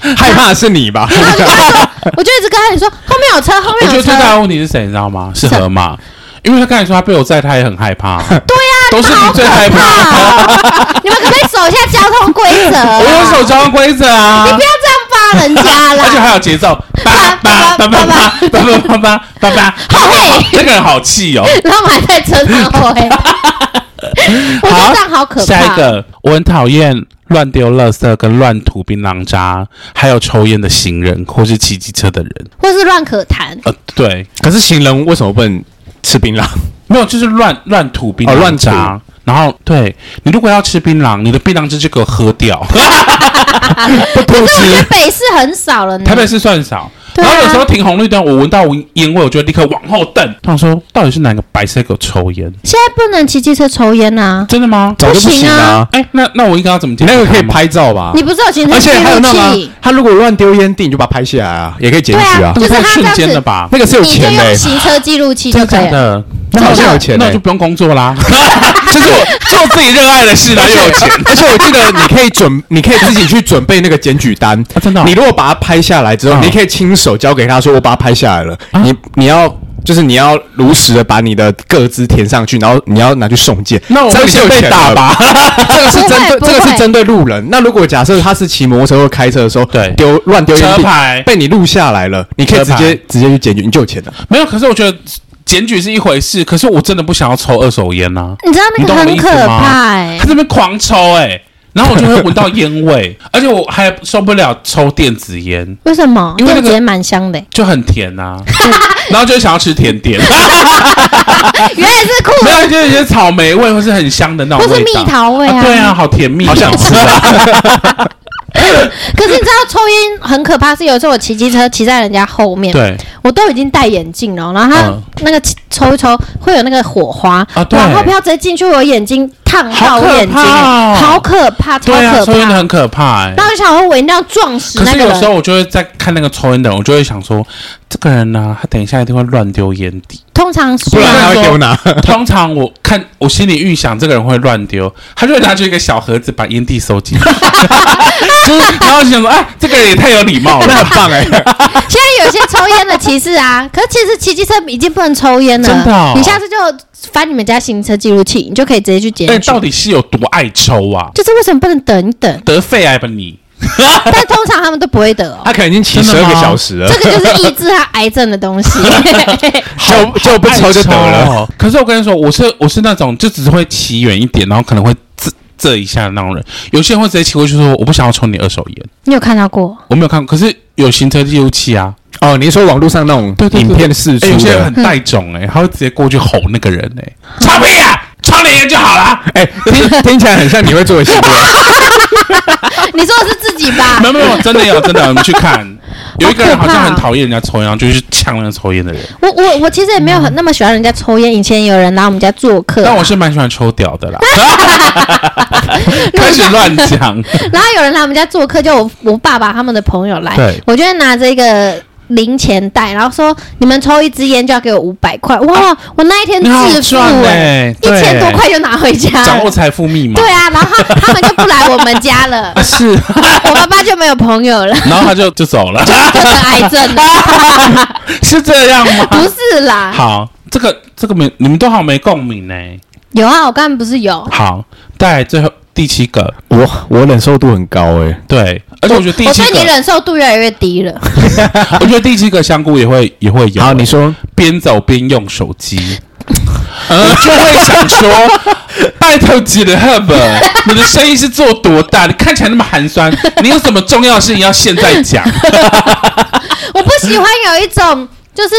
S3: 害怕的是 你吧？
S2: 然后我就跟他说，我就一直跟他说后面有车，后
S1: 我
S2: 面
S1: 觉得
S2: 有车
S1: 最。大的问题是谁，你知道吗？是
S2: 谁
S1: 河马，因为他刚才说他被我载，他也很害 怕，
S2: 对呀、啊，
S1: 都是你最害怕。
S2: 怕。啊你们可不可以守一下交通规则、啊？
S1: 我有守交通规则啊
S2: 你，不要这样扒人
S1: 而
S2: 家
S1: 且
S2: 啦！
S1: 还有节奏，叭叭叭叭叭叭叭叭叭叭叭，
S2: 好嘿，
S1: 那个人好气哦。
S2: 然后我还在车上后 悔，我觉得这样好可怕。
S1: 下一个，我很讨厌乱丢垃圾跟乱吐槟榔渣，还有抽烟的行人或是骑机车的人。
S2: 或是乱可谈，
S1: 呃，对，
S3: 可是行人为什么不能吃槟榔？
S1: 没有，就是乱乱吐槟
S3: 哦
S1: 榔
S3: 乱吐
S1: 渣。然后，对你如果要吃槟榔，你的槟榔汁就给我喝掉。
S3: 不
S2: 可
S3: 偷
S2: 是我觉得
S3: 吃，
S2: 北市很少了 呢。
S1: 台北市算少。
S2: 对
S1: 然
S2: 啊
S1: 后有时候停红绿灯，我闻到闻烟味，我就立刻往后瞪。他们说，到底是哪个白色狗抽烟？
S2: 现在不能骑机车抽烟啊！
S1: 真的吗？
S3: 早就不行啊！
S1: 哎，那那我应该要怎么
S3: 你
S1: 解释
S3: 那
S1: 他吗？
S3: 个可以拍照吧？
S2: 你不是有行车
S3: 而
S2: 记
S3: 且还有
S2: 录
S3: 那个啊
S2: 器？
S3: 他如果乱丢烟蒂，你就把它拍下来啊，也可以检
S2: 对
S3: 举
S2: 啊
S3: 啊，
S1: 这。
S2: 就
S1: 个太
S2: 是他
S1: 瞬
S2: 这样
S1: 间
S2: 子
S1: 了吧？
S3: 那个是有
S2: 你就
S3: 钱的欸
S2: 用，行车记录器就可
S1: 真
S2: 以
S1: 的假
S2: 了。
S1: 的？
S3: 那好像有钱
S1: 那
S3: 呢
S1: 我就。不用工作啦，就是我欸 做自己热爱的 事，然
S3: 而
S1: 后
S3: 且
S1: 又有钱
S3: 而且我记得你可以准，你可以自己去准备那个检举单。
S1: 啊真的哦
S3: 你如果把它拍下来之后，
S1: 嗯
S3: 你可以亲手交给他说：“我把它拍下来了。”
S1: 啊
S3: 你你要就是你要如实的把你的个资填上去，然后你要拿去送件。
S1: 那我
S3: 这
S1: 会
S3: 样你就有
S1: 先被
S3: 钱
S1: 打
S3: 了
S1: 吧？
S3: 这个是针对
S2: 不会不
S3: 这个
S2: 会
S3: 是针对路人。那如果假设他是骑摩托车或开车的时候，
S1: 对
S3: 丢乱丢烟
S1: 车
S3: 蒂
S1: 牌
S3: 被你录下来了，你可以
S1: 车
S3: 直
S1: 牌
S3: 接直接去检举，你就有钱了。
S1: 没有，可是我觉得检举是一回事，可是我真的不想要抽二手烟啊呐。
S2: 你知道那个很可怕哎、
S1: 他这边狂抽哎，然后我就会闻到烟味，而且我还受不了抽电子烟。
S2: 为什么？
S1: 因为那
S2: 电
S1: 个
S2: 子烟蛮香的欸、
S1: 就很甜 呐、然后就会想要吃甜点，
S2: 原来是酷
S1: 没有就有一些草莓味或是很香的那
S2: 或
S1: 种
S2: 是
S1: 味
S2: 蜜
S1: 道。
S2: 桃味
S1: 啊对啊，好甜蜜，
S3: 好想吃啊！
S2: 可是你知道抽烟很可怕，是有时候我骑机车骑在人家后面，
S1: 对，
S2: 我都已经戴眼镜了，然后他
S1: 嗯
S2: 那个抽一抽会有那个火花，
S1: 啊对
S2: 往后飘直接进去我眼睛烫到
S1: 好
S2: 我
S1: 可
S2: 眼睛、欸
S1: 怕哦
S2: 好可怕，超
S1: 对啊，
S2: 可
S1: 抽烟的
S2: 怕。
S1: 很可怕哎、
S2: 然后我就想说，我一定要撞死
S1: 可
S2: 那
S1: 是
S2: 个
S1: 有时
S2: 人。
S1: 候我就会在看那个抽烟的人，我就会想说，这个人啊呢、他等一下一定会乱丢烟蒂。
S2: 通常是
S3: 不然他会丢哪？
S1: 通常我看我心里预想这个人会乱丢，他就会拿出一个小盒子把烟蒂收进去， 就是然后就想说，哎，这个人也太有礼貌
S3: 那
S1: 了，
S3: 很棒哎、
S2: 现在有些抽烟的歧视啊， 可是其实骑机车已经不能抽烟了。
S1: 真的哦
S2: 你下次就翻你们家行车记录器，你就可以直接去检
S1: 哎，
S2: 举。
S1: 到底是有多爱抽啊？？
S2: 就是为什么不能等一等
S1: 得肺癌吧你？
S2: 但通常他们都不会 得哦。
S3: 他可能已经骑十
S1: 真的吗
S3: 二个小时了
S2: 这，个就是抑制他癌症的东 西。
S3: 就就不抽就得
S1: 爱
S3: 了。
S1: 抽哦。可是我跟你说，我是我是那种就只是会骑远一点，然后可能会这这一下的那种人。有些人会直接骑过去说我不想要抽你二手烟，
S2: 你有看 到过？
S1: 我没有看过，可是有行车记录器啊，
S3: 哦，你说网络上那种
S1: 对对对
S3: 影片释出
S1: 哎有些人
S3: 的
S1: 很，带种哎、他会直接过去吼那个人哎、 抽屁啊，抽你烟就好啦。
S3: 哎、听听起来很像你会 做的行为。
S2: 你说的是自己吧
S1: 没？有没有，真的有真的，你们去看。有一个人好像很
S2: 好可怕哦
S1: 讨厌人家抽烟，然后就去呛那个抽烟的人。
S2: 我我我其实也没有很那么喜欢人家抽烟，以前有人来我们家做客啊，
S1: 但我是蛮喜欢抽屌 的啦，开
S2: 人
S1: 始
S2: 家
S1: 乱讲。
S2: 然后有人来我们家做客，就我我爸爸他们的朋友来
S1: 对，
S2: 我就会拿着一个零钱袋，然后说你们抽一支烟就要给我五百块，哇，我那一天
S1: 啊你好
S2: 致富
S1: 赚
S2: 哎、
S1: 欸
S2: 一
S1: 对
S2: 千多块就拿回家
S1: 掌握
S2: 了。
S1: 财富密码。，
S2: 对啊，然后他他们就不来我们家了
S1: 是，
S2: 我爸爸就没有朋友 了，
S1: 然后他就就走 了，
S2: 就得 癌症了。
S1: 是这样
S2: 不
S1: 吗？
S2: 是啊啦，
S1: 好，这个这个没，你们都好没共鸣呢、
S2: 有啊，我刚才不是有，
S1: 好，再来最后第七个，
S3: 我我忍受度很高哎，
S1: 对，而且我觉得第
S2: 我
S1: 七
S2: 对你
S1: 个，
S2: 忍受度越来越低了。
S1: 我觉得第七个香菇也会也会有。啊
S3: 好，你说
S1: 边走边用手 机。你就会想说， 拜托吉了 Hub，你的声音是做多大？你看起来那么寒 酸，你有什么重要的事情要现在讲？
S2: 我不喜欢有一种，就是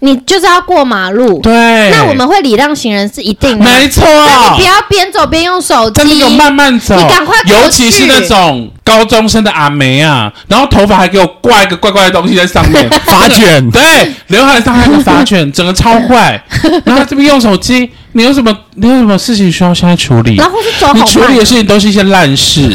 S2: 你就是要过马路，
S1: 对，
S2: 那我们会礼让行人是一定的，
S1: 没错，
S2: 那你不要边走边用手机，
S1: 真的有慢慢走，
S2: 你赶快过去
S1: 尤其是那种高中生的阿梅啊，然后头发还给我挂一个怪怪的东西在上 面，
S3: 发卷
S1: 对，刘海上还有个发卷，整个超坏。然后他这边用手机，你有什么你有什么事情需要现在处理？
S2: 然后是走好
S1: 你处
S2: 慢
S1: 理的。事情都是一些烂事，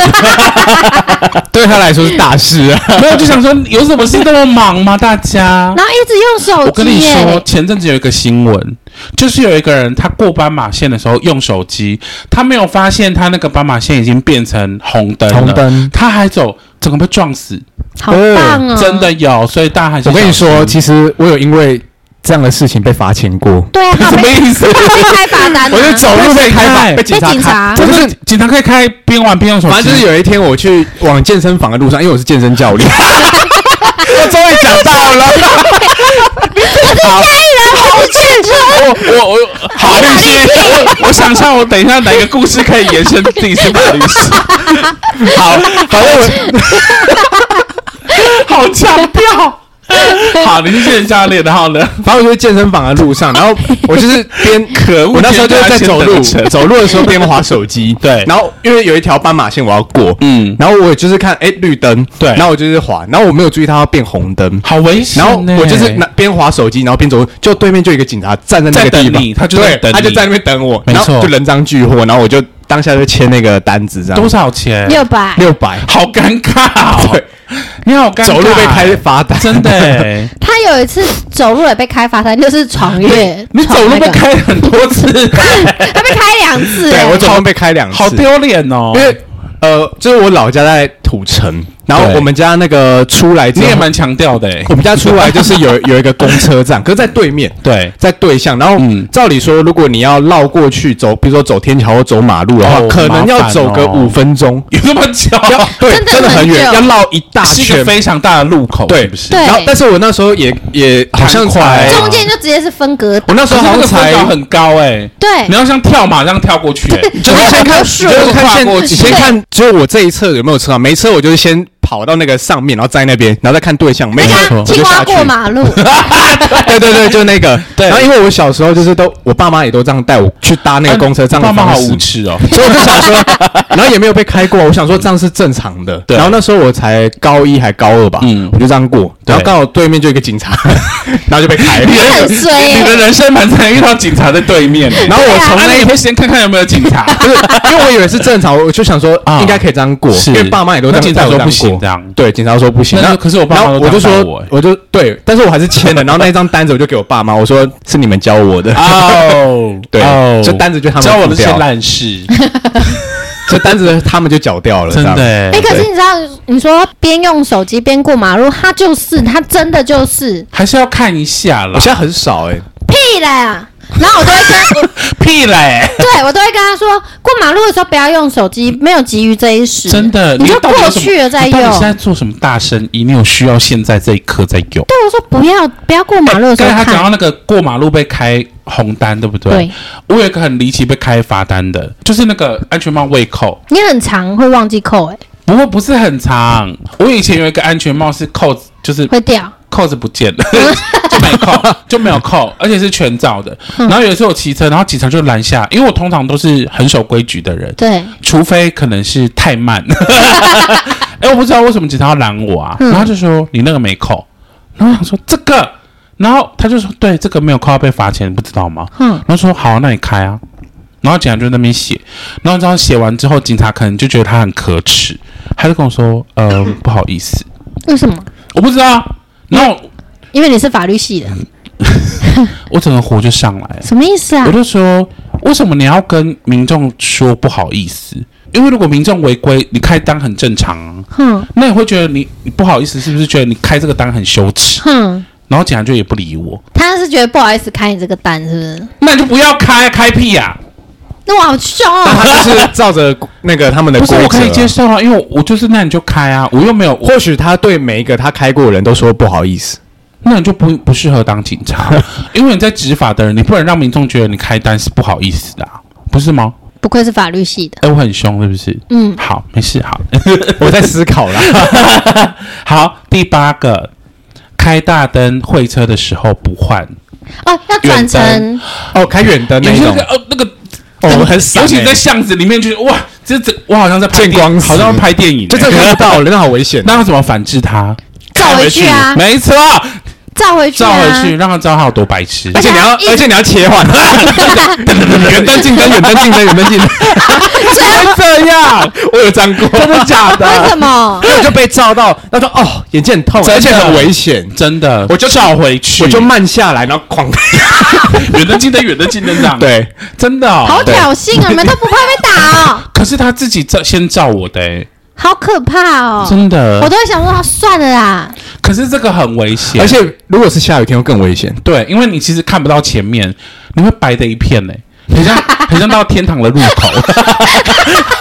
S3: 对他来说是 大事啊，
S1: 没有就想说有什么事那么忙吗？大家，
S2: 然后一直用手
S1: 我跟你
S2: 机耶、
S1: 说，前阵子有一个新闻，就是有一个人他过斑马线的时候用手机，他没有发现他那个斑马线已经变成红灯了，
S3: 红灯
S1: 他还走，整个被撞死，
S2: 好棒哦！
S1: 真的，有，所以大家还是啊
S3: 我跟你
S1: 小
S3: 说，
S1: 心
S3: 其实我有因为这样的事情被罚钱过。
S2: 对啊，他
S1: 什么
S2: 被
S1: 意思？
S2: 他被开罚单啊、
S3: 我就走路被开罚，
S1: 被
S3: 被
S2: 警
S3: 警
S2: 察开被警察
S3: 察就
S1: 真
S3: 是
S1: 的，警察可以开边玩边用手机，
S3: 反正就是有一天我去往健身房的路上，因为我是健身教 练，我终于讲到了，
S2: 我是欠车，
S1: 我我我好律师， 我我想一下，我等一下哪个故事可以延伸自己是法律 师？
S3: 好，反正我
S1: 好强 调。好，你是健身教练，然后呢？
S3: 反正我就去健身房的路上，然后我就是边
S1: 可恶
S3: 我那时候就是在走路
S1: 健身的，人
S3: 走路的时候边滑手机，
S1: 对
S3: 然后因为有一条斑马线我要过，
S1: 嗯
S3: 嗯，然后我就是看哎绿灯，
S1: 对
S3: 然后我就是滑，然后我没有注意它要变红灯。
S1: 好危险
S3: 然后
S1: 呢
S3: 我就是拿边滑手机，然后边走，就对面就有一个警察站在那个
S1: 在等
S3: 地方
S1: 你，他就在等
S3: 对，
S1: 你
S3: 他就在那边等我，
S1: 没
S3: 然
S1: 错
S3: 后就人赃俱获，然后我就当下就签那个单子，这样
S1: 多少钱？
S2: 六百，
S3: 六百，
S1: 好尴尬哦！
S3: 对，
S1: 你好尴尬，
S3: 走路被开罚单，
S1: 真的欸。
S2: 他有一次走路也被开罚单，就是闯 越，
S1: 哎你走路
S2: 闯那
S1: 被
S2: 个，
S1: 开很多次，
S2: 他被开两次、
S3: 对
S2: 哎
S3: 我总共被开两次，
S1: 好丢脸哦！
S3: 因为呃，就是我老家在土城，然后
S1: 对
S3: 我们家那个出来之
S1: 你
S3: 后，
S1: 也蛮强调的欸，
S3: 我们家出来就是有 有一个公车站，可是在对面。
S1: 对，
S3: 在对向，然后、
S1: 嗯
S3: 照理说，如果你要绕过去走，比如说走天桥或走马路的话，
S1: 哦
S3: 可能
S1: 麻
S3: 要
S1: 烦
S3: 走个
S1: 哦
S3: 五分钟，
S1: 有那么久，
S3: 要对
S2: 真的
S3: 真的
S2: 很
S3: 很远，
S2: 久
S3: 要绕一大
S1: 是一个
S3: 圈。
S1: 非常大的路口，
S3: 对
S1: 是不是？
S2: 对
S3: 然后，但是我那时候也也好像
S1: 看快
S3: 才，
S1: 哦
S2: 中间就直接是分隔，
S3: 我那时
S1: 可
S3: 候
S1: 是
S3: 好
S1: 那
S3: 像
S1: 个分
S3: 才
S1: 高很高哎，
S2: 对
S1: 你，要像跳马这样跳过去欸，
S3: 就是先看，就是看
S1: 跨过
S3: 现，
S1: 去
S3: 先看只有我这一侧有没有车啊？没车，我就是先跑到那个上面，然后站在那边，然后再看对象，没
S2: 那
S3: 车
S2: 个
S3: 我就
S2: 青蛙
S3: 下去。
S2: 过马路，
S3: 对对对，就那个。
S1: 对
S3: 然后因为我小时候就是都，我爸妈也都这样带我去搭那个公车，这样
S1: 哎爸
S3: 的
S1: 妈
S3: 方
S1: 好
S3: 式
S1: 无耻哦。
S3: 所以我就 想说，然后也没有被开过，我想说这样是正常的。
S1: 对
S3: 然后那时候我才高一还高二吧，
S1: 嗯
S3: 我就这样过，然后
S1: 对
S3: 刚好对面就有一个警察， 然后就被开了。
S2: 你很衰、
S1: 你的
S2: 欸，
S1: 人生蛮常遇到警察在对面欸，
S3: 然后我从
S1: 那
S3: 那
S1: 你
S3: 一
S1: 会先看看有没有警察。
S3: 不是，因为我以为是正常，我就想说
S1: 啊
S3: 应该可以这样过，
S1: 是
S3: 因为爸妈也都
S1: 那
S3: 这
S1: 警察
S3: 样带我
S1: 说
S3: 这样
S1: 不行
S3: 过
S1: 这样
S3: 对，警察说不行。
S1: 那
S3: 然后
S1: 可是我爸妈
S3: 然后
S1: 都
S3: 我就
S1: 这样带
S3: 说
S1: 我欸，
S3: 我就对，但是我还是签了。然后那一张单子我就给我爸妈，我说是你们教我
S1: 啊
S3: 的，
S1: 哦，
S3: 对
S1: 哦
S3: 这单子就他们
S1: 教我的
S3: 付
S1: 这
S3: 掉
S1: 些烂事，
S3: 这单子他们就缴掉了，
S1: 真的
S3: 这样。
S1: 欸
S2: 哎、可是你知道，你说边用手机边过马路，他就是，他真的就是
S1: 还是要看一下啦
S3: 我。现在很少哎，
S2: 屁啦。然后我都会跟，我
S1: 屁嘞！
S2: 对我都会跟他说，过马路的时候不要用手机，没有急于这一时，
S1: 真的，
S2: 你就
S1: 到底有
S2: 过
S1: 什么
S2: 去了再
S1: 你
S2: 用。
S1: 到底现在做什么大生意？你有需要现在这一刻再用？
S2: 对我说不要不要过马路的时
S1: 哎刚
S2: 候
S1: 才他
S2: 看，
S1: 讲到那个过马路被开红单，对不对？
S2: 对
S1: 我有一个很离奇被开罚单的，就是那个安全帽未扣，
S2: 你很常会忘记扣、欸，
S1: 不过不是很长。我以前有一个安全帽是扣子，就是
S2: 会掉。
S1: 扣子不见了， 就没扣，就没有扣，而且是全罩的。然后有一次我骑车，然后警察就拦下，因为我
S2: 嗯
S1: 通常都是很守规矩的人，
S2: 对，
S1: 除非可能是太慢。 哎，我不知道为什么警察要拦我啊，然后他就说你那个没扣，然后我想说这个，然后他就说对，这个没有扣要被罚钱，你不知道吗？
S2: 嗯，
S1: 然后说好，那你开啊。然后警察就在那边写，然后这样写完之后，警察可能就觉得他很可耻，他就跟我说：“呃，不好意思，
S2: 为什么？
S1: 我不知道啊。”然后
S2: 因为你是法律系
S1: 嗯
S2: 的，
S1: 我整个火就上来了，
S2: 什么意思啊
S1: 我？就说：“为什么你要跟民众说不好意思？因为如果民众违规，你开单很正常啊。
S2: 哼
S1: 那你会觉得你你不好意思，是不是觉得你开这个单很羞耻？
S2: 哼，
S1: 然后警察就也不理我，
S2: 他是觉得不好意思开你这个单，是不是？
S1: 那你就不要开，开屁呀、
S2: 那我好凶
S3: 但
S2: 哦！
S3: 他就是照着那个他们的
S1: 不
S3: 规
S1: 是
S3: 则啊。
S1: 我可以接受啊，因为我我就是那你就开啊，我又没有我
S3: 或许他对每一个他开过的人都说不好意 思，
S1: 那你就不不适合当警 察，因为你在执法的人，你不能让民众觉得你开单是不好意思的、啊，不是吗？
S2: 不愧是法律系的，
S1: 哎、我很凶是不是？
S2: 嗯，
S1: 好，没事，好，
S3: 我在思考啦。
S1: 好。第八个，开大灯会车的时候不换，
S2: 哦，要转成
S3: 哦，开远灯
S1: 有
S3: 那
S1: 些那
S3: 种
S1: 个，呃那个，
S3: 哦，我们很傻欸，
S1: 尤其在巷子里面，就是哇，这这我好像在拍
S3: 见
S1: 电
S3: 光死
S1: 好像在拍电影欸、
S3: 就这个 看不到，人好危险。
S1: 那要怎么反制他？
S2: 照回去啊，
S1: 没错，
S2: 照回去
S1: 照
S2: 啊，
S1: 回去，让他知道他有多白痴
S3: 而。且你要，而且你要切换， 远灯近灯，远灯近灯，远灯近 灯，
S1: 怎么会这样？
S3: 我有沾过，真的假
S2: 为什？
S1: 哦
S2: 么？
S3: 我就被照到，他说哦，眼睛很痛，
S1: 真的
S3: 而且很危险，
S1: 真的，
S3: 我就
S1: 照回去，
S3: 我就慢下来，然后狂，
S1: 远的近的远的近的这样。，
S3: 对，
S1: 真的、哦。
S2: 好挑衅啊！你们都不怕被打哦，
S1: 可是他自己照先照我的、欸，
S2: 好可怕哦！
S1: 真的。
S2: 我都会想说，啊算了啦，
S1: 可是这个很危险，
S3: 而且如果是下雨天会更危险。
S1: 对，因为你其实看不到前面，你会白的一片呢、欸， 很像很像到天堂的入 口，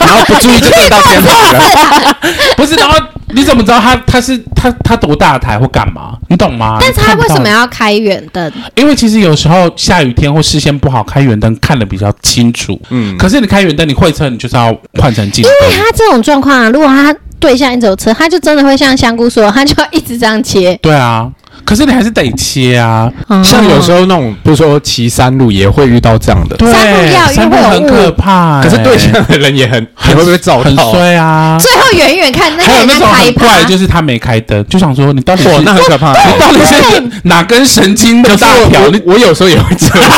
S3: 然后不注意就撞到天花板了。
S1: 不是？然后你怎么知道他他是他他多大台或干嘛？你懂吗？
S2: 但是他
S1: 你看不
S2: 为
S1: 到嗯
S2: 什么？要开远灯？
S1: 因为其实有时候下雨天或视线不好，开远灯看得比较清楚。嗯，可是你开远灯，你会车，你就是要换成近
S2: 因为
S1: 灯。
S2: 他这种状况啊，如果他对象一直有车，他就真的会像香菇说，他就要一直这样切。哦
S1: 对啊，可是你还是得切啊。
S3: 像有时
S2: 候
S3: 候那种，不是说骑山路也会遇到这样的，
S1: 对，
S2: 山路要
S1: 山
S2: 因为会有
S1: 很
S2: 雾
S1: 可怕欸、
S3: 可是对象的人也很，也会不会照
S1: 很
S3: 到？
S1: 衰啊。
S2: 最后远远看那
S1: 还
S2: 个
S1: 有
S2: 人
S1: 那
S2: 在
S1: 种
S2: 开
S1: 很怪，
S2: 趴，
S1: 就是他没开灯，就想说你到底是
S3: 哇，那很可怕。
S1: 你到底 是哪根神经的
S3: 可是
S1: 大
S3: 我
S1: 条？你
S3: 我我有时候也会这样，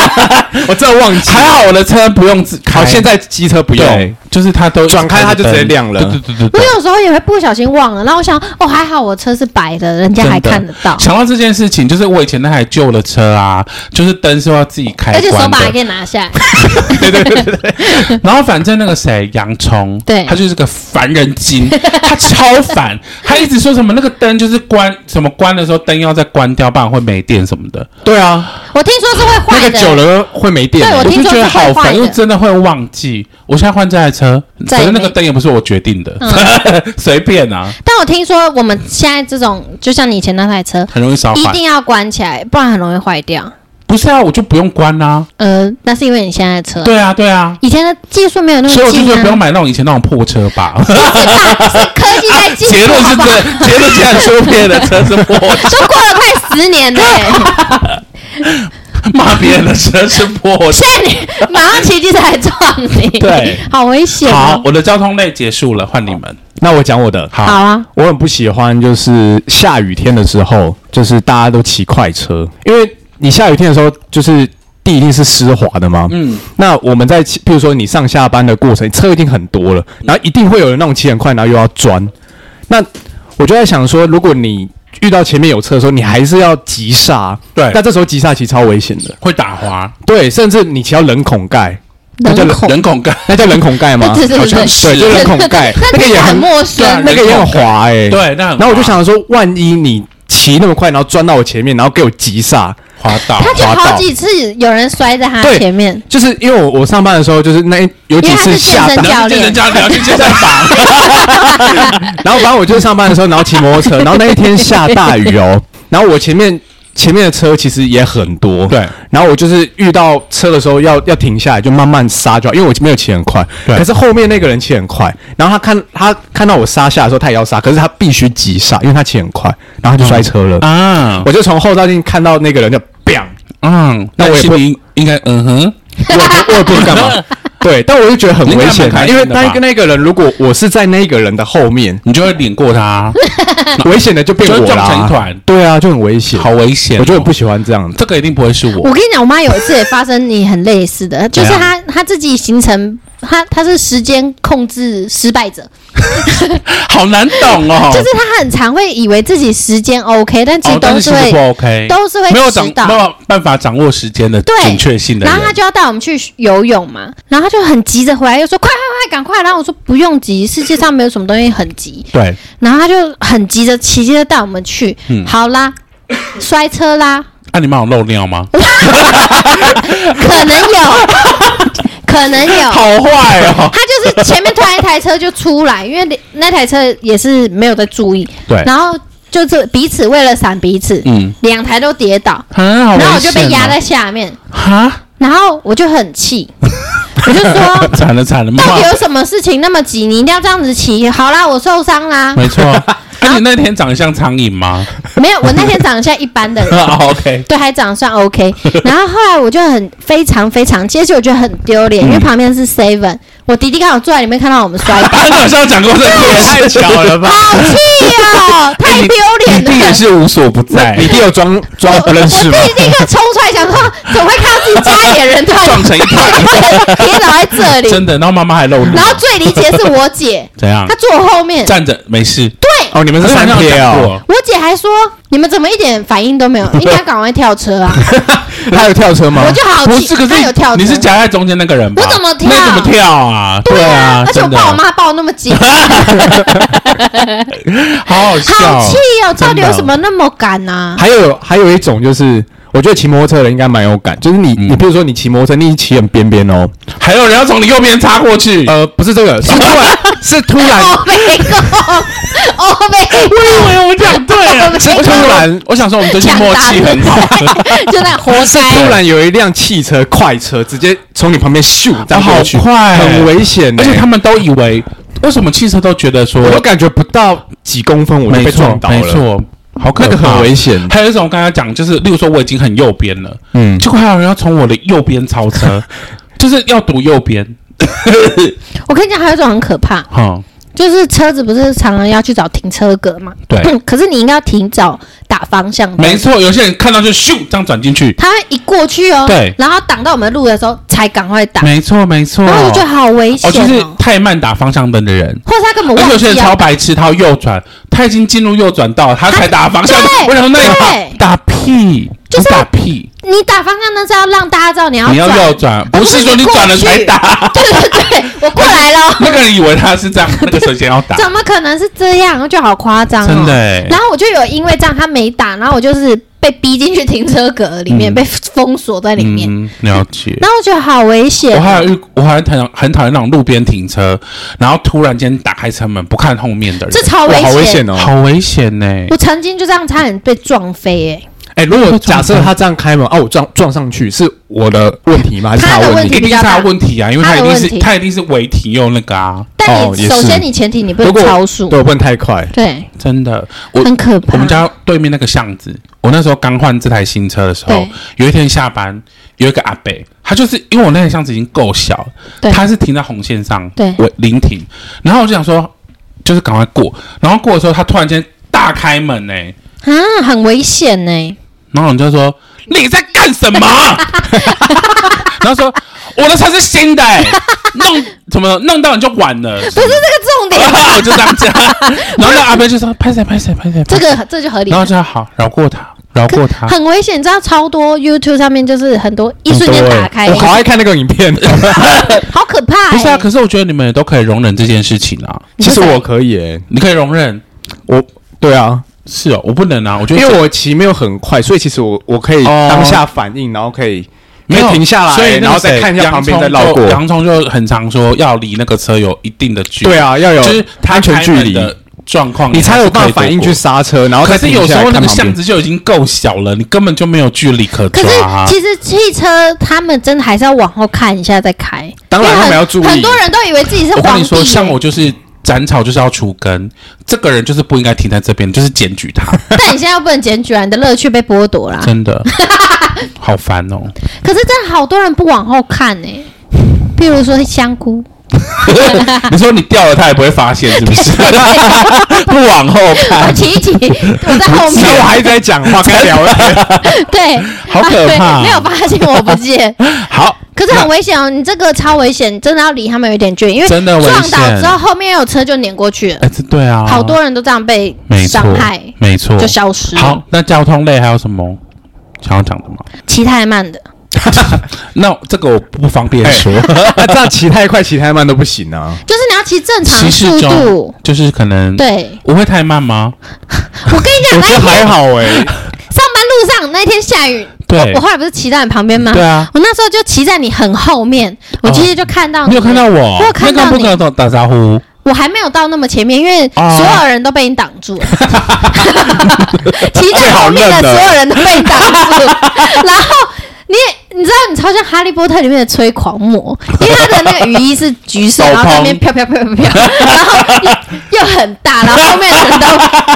S3: 我真的忘记。
S1: 还好我的车不用自开，
S3: 好，现在机车不
S1: 不
S3: 用，，
S1: 就是它都
S3: 转开它就直接亮了
S1: 对对对对
S2: 我
S1: 对。
S2: 有时候也会不小心忘了，然后我想，哦，还好我车是白的，人家还看得到，
S1: 想到这件事情，就是我以前那台旧的车啊，就是灯是要自己开
S2: 而且手
S1: 关
S2: 把还可
S1: 的。
S2: 以拿下来。
S1: 然后反正那个谁洋葱，
S2: 对
S1: 他就是个烦人精， 他超烦，他一直说什么那个灯就是关什么关的时候灯要再关掉，不然会没电什么的。
S3: 对啊，
S2: 我听说是会
S3: 那
S2: 坏
S3: 个
S2: 的，
S3: 久了会没电
S2: 对我
S1: 我
S3: 的。
S1: 就
S2: 听说
S1: 觉得
S2: 是
S1: 好
S2: 坏
S1: 烦，
S2: 的
S1: 因为真的会忘记。我现在换这台车，
S2: 再
S1: 反
S2: 也
S1: 正那
S2: 没嗯
S1: 个灯也不是我决定的， 随便啊，
S2: 但我听说我们现在这种，就像你以前那台车，
S1: 很容易烧
S2: 一
S1: 坏。
S2: 定要关起来，不然很容易坏掉。
S1: 不是啊，我就不用关啦、
S2: 呃，那是因为你现在的车，
S1: 对啊，对啊，
S2: 以前的技术嗯没有那
S1: 所以
S2: 么
S1: 我就
S2: 进
S1: 说不用
S2: 啊，
S1: 买那种以前那种破车吧。
S2: 是吧？是科技在进步，
S1: 结论是
S2: 好不好
S1: 这，结论竟然说别人的车是破，
S2: 都过了快十年了、欸，
S1: 骂别人的车是破车
S2: 现。在你马上骑机车来撞你，
S1: 对，
S2: 好危险、
S1: 好
S2: 哦。，
S1: 我的交通类结束了，换你们。
S3: 那我讲我的，
S1: 好，
S2: 啊，
S3: 我很不喜欢就是下雨天的时候，就是大家都骑快车，因为你下雨天的时候，就是地一定是湿滑的嘛。
S1: 嗯，
S3: 那我们在骑，譬如说你上下班的过程，车已经很多了，
S1: 嗯
S3: 然后一定会有人那种骑很快，然后又要钻。那我就在想说，如果你遇到前面有车的时候，你还是要急刹，
S1: 对
S3: 那这时候急刹其实超危险的，
S1: 会打滑，
S3: 对，甚至你骑到冷孔盖，那叫
S2: 人孔，
S1: 人孔盖，
S3: 那叫冷孔盖吗？
S2: 对对对
S3: 好像
S1: 对
S3: 对，就冷孔盖
S2: ，那
S3: 那个
S2: 听起
S3: 也
S2: 来很
S3: 很
S2: 陌
S1: 对啊
S2: 生。
S3: 那个也很滑哎、欸，
S1: 对，那很
S3: 然后我就
S1: 滑
S3: 想说，万一你骑那么快，然后钻到我前面，然后给我急刹，
S1: 滑倒，
S2: 他就
S3: 滑
S2: 好
S3: 道
S2: 几次有人摔在他
S3: 对
S2: 前面，
S3: 就是因为我我上班的时候，就是那有几次下
S2: 因为他是健身
S3: 班，
S1: 然后就人家聊去健身房，
S3: 然后反正我就是上班的时候，然后骑摩托车，然后那一天下大 雨哦，然后我前面前面的车其实也很多，
S1: 对，
S3: 然后我就是遇到车的时候要要停下来，就慢慢刹就好，因为我没有骑很快，
S1: 对
S3: 可是后面那个人骑很快，然后他看他看到我刹下的时候，他也要刹，可是他必须急刹，因为他骑很快，然
S1: 嗯
S3: 后他就摔车了，
S1: 啊，
S3: 我就从后照镜看到那个人就 bang。
S1: 嗯，
S3: 那我也
S1: 心
S3: 不
S1: 里应该嗯哼。
S3: 我也不我也不知道干嘛。对，但我就觉得很
S1: 你应该
S3: 危
S1: 蛮
S3: 险
S1: 开
S3: 啊，
S1: 心
S3: 因
S1: 的吧
S3: 为那一个那个人，如果我是在那一个人的后面，
S1: 你就会碾过 他，
S3: 危险的就
S1: 嗯
S3: 变
S1: 就会
S3: 我
S1: 撞成一
S3: 啦。
S1: 团，
S3: 对啊，就很危险，
S1: 好危险哦、
S3: 我就很不喜欢这样子。
S1: 这个一定不会是我
S2: 我，跟你讲，我妈有一次也发生你很类似的，就是她她自己行程，她她是时间控制失败者，
S1: 好难懂哦。
S2: 就是她很常会以为自己时间 OK，但其
S1: 哦
S2: 实，
S1: 但
S2: 都
S1: 是
S2: 是
S1: 其实
S2: 会、
S1: 不 OK，
S2: 都是会
S1: 没有掌
S2: 迟到
S1: 没。有办法掌握时间的
S2: 对
S1: 准确性的
S2: 然后她
S1: 人，
S2: 就要带我们去游泳嘛，然后她就很急着回来，又说快快快，赶快！然后我说不用急，世界上没有什么东西很急。
S1: 对，
S2: 然后她就很急着急着带我们去，
S1: 嗯
S2: 好啦，摔车啦，
S1: 那、啊你妈有漏尿 吗？
S2: 可能有， 可能有，
S1: 好坏哦，
S2: 他就是前面突然一台车就出来，因为那台车也是没有在注意，
S1: 对，
S2: 然后就是彼此为了闪彼此，
S1: 嗯，
S2: 两台都跌倒，
S1: 很好危险哦、
S2: 然后我就被压在下面，
S1: 哈，
S2: 然后我就很气，我就说
S1: 惨了惨了，
S2: 哦到底
S1: 妈
S2: 有什么事情那么急，你一定要这样子骑？好啦，我受 伤啦，
S1: 没 错。那、你那天长得像苍蝇 吗
S2: 没有，我那天长得像一般的人。
S3: 啊
S1: ？OK，
S2: 对，还长得算 OK。然后后来我就很非常非常，其实我觉得很丢脸，因为
S1: 嗯
S2: 旁边是 Seven，我弟弟刚好坐在里面看到我们摔 倒，
S1: 他好像讲过这个故事，
S3: 太巧了吧
S2: 好气哦，太
S1: 你
S2: 丢脸
S1: 你
S2: 了。
S1: 弟也是无所不在，
S3: 你弟有装装不认识吗？
S2: 我弟立刻冲出来，想说怎么会看到自己家里的 人突然
S1: 撞成 一团，
S2: 跌倒在这里？
S1: 真的。然后妈妈还漏尿
S2: 然，后最离奇的是我姐，
S1: 怎样
S2: 她？坐我后面。
S1: 站着没事，
S2: 对，
S3: 哦，你们是三贴哦，
S2: 我姐还说你们怎么一点反应都没 有？应该赶快跳车啊！
S3: 他有跳车吗
S2: 我？就好
S1: 不
S2: 奇，
S1: 是，可
S2: 她有跳
S1: 是
S2: 车，
S1: 你是夹在中间那个人吧？
S2: 我怎么跳
S1: 那怎么跳啊？
S2: 对
S1: 啊，
S2: 而且我
S1: 真的
S2: 抱我妈抱那 么紧，
S1: 好好笑
S2: 好
S1: 哦
S2: 气，哦！
S1: 真的
S2: 到底有什么那么敢啊？
S3: 还有还有一种就是，我觉得骑摩托车的人应该蛮有感，就是
S1: 嗯
S3: 你、你比如说你骑摩托车，你骑很边边哦，
S1: 还有人要从你右边插过去，
S3: 呃，不是这个，是突然是突然
S2: 欧美共，欧美共，
S1: 我以为我讲对了，
S2: 是
S3: 突然
S1: 我想说我们最近默契很好，
S2: 就那活
S3: 是
S2: 该
S3: 突。然有一辆汽车快车直接从你旁边咻这样过去，
S1: 哦好快
S3: 很危险、欸，
S1: 而且他们都以为为什么汽车都觉得说
S3: 我都感觉不到几公分我就
S1: 没
S3: 被
S1: 错
S3: 撞倒了，
S1: 没错，好可
S3: 那
S1: 怕，
S3: 个很危险。
S1: 还有一种我刚才讲，就是例如说我已经很右边了，
S3: 嗯，
S1: 结果还有人要从我的右边超 车，就是要堵右边，
S2: 我跟你讲，还有一种很可怕，
S1: 哈，
S2: 就是车子不是常常要去找停车格嘛？
S1: 对，
S2: 可是你应该要停找打方向
S1: 没
S2: 灯，
S1: 错，有些人看到就咻这样转进去，
S2: 他会一过去哦，
S1: 对
S2: 然后挡到我们路的时候才赶快打，
S1: 没错没错，
S2: 然后我就觉得好危险
S1: 哦，就是
S2: 哦，
S1: 太慢打方向灯的人。
S2: 或者他根本
S1: 而且有
S2: 忘
S1: 些
S2: 记
S1: 人超
S2: 啊，
S1: 白痴，他要右转，他已经进入右转道，他才打方向
S2: 对。
S1: 我想说，那你
S2: 对
S1: 打打屁，
S2: 就是
S1: 你打屁，
S2: 你打方向灯是要让大家知道你要
S1: 你要
S2: 转
S1: 右转，
S2: 而
S1: 不
S2: 不
S1: 是
S2: 是
S1: 说你
S2: 过
S1: 转了
S2: 去
S1: 才打。
S2: 对对对， 我过来了，
S1: 那个人以为他是这样，那个首先要打，
S2: 怎么可能是 这样？就好夸张哦，
S1: 真的欸
S2: 然后我就有因为这样他没打，然后我就是被逼进去停车格里面，
S1: 嗯
S2: 被封锁在里面，
S1: 嗯，了解。
S2: 然后我觉得好危险
S1: 我
S2: 哦。
S1: 还有遇，我还很讨厌很讨厌那种路边停车，然后突然间打开车门不看后面的人，
S2: 这超危
S3: 哇
S2: 险，
S3: 好危险哦！
S1: 好危险欸呢、
S2: 我曾经就这样差点被撞飞、欸，
S3: 哎、如果
S1: 会撞
S3: 假设
S1: 上
S3: 他这样开门，哦、我撞撞上去，是我的问题吗？还是
S2: 他的
S3: 问
S2: 问
S3: 题？
S2: 题
S1: 一定是他的问题啊，因为他一定
S2: 他的问
S1: 是
S2: 题
S1: 他一定是违停又那个啊，
S2: 但
S3: 哦
S2: 你、
S3: 也是
S2: 首先你前提你不
S3: 如
S2: 能
S3: 果
S2: 超速，
S3: 对，我不能太快。
S2: 对，
S1: 真的，我
S2: 很可怕。
S1: 我们家对面那个巷子，我那时候刚换这台新车的时候
S2: 对，
S1: 有一天下班，有一个阿伯，他就是因为我那台巷子已经够小，
S2: 对
S1: 他是停在红线上，
S2: 对
S1: 我临停，然后我就想说，就是赶快过，然后过的时候，他突然间大开门呢、
S2: 啊，很危险欸呢、
S1: 然后你就说你在干 什么？然后说我的车是新的、欸，弄什么弄到你就晚了，
S2: 不是这个重点，
S1: 我就这样讲，然后那阿伯就说拍谁拍谁拍谁，
S2: 这
S1: 拍谁
S2: 个这就合理
S1: 然。后就好饶过他，饶过他。
S2: 很危险，你知道超多 YouTube 上面就是很多一瞬间
S3: 很多欸
S2: 打开，
S3: 我好爱看那个影 片。
S2: 好可怕、欸。
S1: 不是啊，可是我觉得你们也都可以容忍这件事情啊，
S2: 你
S3: 其
S2: 不
S3: 实
S2: 是
S3: 我可以、欸，
S1: 你可以容忍。
S3: 我对啊，
S1: 是哦，我不能啊，我觉
S3: 因
S1: 得
S3: 为我骑没有很快，所以其实我我可以
S1: 哦
S3: 当下反应，然后可以
S1: 没有
S3: 可以停下来，
S1: 所以那个
S3: 然后再
S1: 谁
S3: 看一下旁边再绕过。
S1: 洋葱就洋葱就很常说要离那个车有一定的距离，
S3: 对啊，要有
S1: 就是他
S3: 安全
S1: 开
S3: 距
S1: 门
S3: 离，
S1: 的状况，
S3: 你才有办
S1: 办
S3: 法反应去。刹车，然后
S1: 可
S3: 再
S1: 是
S3: 停
S1: 有时
S3: 下来
S1: 候那
S3: 看
S1: 个
S3: 旁边
S1: 巷子就已经够小了，你根本就没有距离可
S2: 可
S1: 抓
S2: 是
S1: 啊、
S2: 其实汽车他们真的还是要往后看一下再开，
S3: 当然
S2: 因为很
S3: 他们要注意
S2: 很多人都以为自己是
S1: 我跟
S2: 皇帝、
S1: 你说，
S2: 欸
S1: 像我就是斩草就是要除根，这个人就是不应该停在这边，就是检举 他，
S2: 但你现在又不能检举啊，你的乐趣被剥夺
S3: 嗯
S2: 啦。
S1: 真的好烦哦。
S2: 可是真的好多人不往后看呢、欸譬如说香菇，
S1: 你说你掉了，他也不会发现，是不是？ 不往后
S2: 我
S3: 啊
S1: 看，
S2: 骑 一骑，我在后
S3: 其实我
S2: 面，
S3: 还一直在讲 话，该聊了。
S2: 对，
S1: 好可怕
S2: 对没有发现我不 见，
S1: 好，
S2: 可是很危险哦，你这个超危险，真的要离他们有一点距离，因为
S1: 真的危险
S2: 撞倒之后后面有车就碾过去了，
S1: 哎，这对啊，
S2: 好多人都这样被
S1: 没错
S2: 伤害，
S1: 没错
S2: 就。消失了。
S1: 好，那交通类还有什么想要讲的吗？
S2: 骑太慢的，
S1: 那这个我不方便
S3: 哎
S1: 说，
S3: 那啊这样骑太快、骑太慢都不 行啊。
S2: 就是你要骑正常
S1: 骑
S2: 速
S1: 士
S2: 度
S1: 中。就是可能
S2: 对，
S1: 我会太慢 吗？
S2: 我跟你讲，
S3: 我
S2: 那
S3: 觉得
S2: 一
S3: 还
S2: 天
S3: 好哎，
S2: 上班路上那一天下雨，
S1: 对
S2: 我，后来不是骑在你旁边吗？
S1: 对啊，哦
S2: 我那时候就骑在你很后面，我其实就看到你，
S1: 你有看到，我？
S2: 哦我有看
S1: 那
S2: 到你
S1: 个不跟我打招呼，
S2: 我还没有到那么前面，因为
S1: 哦
S2: 所有人都被你挡住 了。骑在后面的所有人都被你挡
S1: 哎
S2: 住，
S1: 啊
S2: 然后你也你知道你超像哈利波特里面的催 狂魔，因为他的那个雨衣是橘色，
S1: 手
S2: 然后在那边
S1: 捧
S2: 飘飘飘飘飘，然后又又很大，然后后面的人都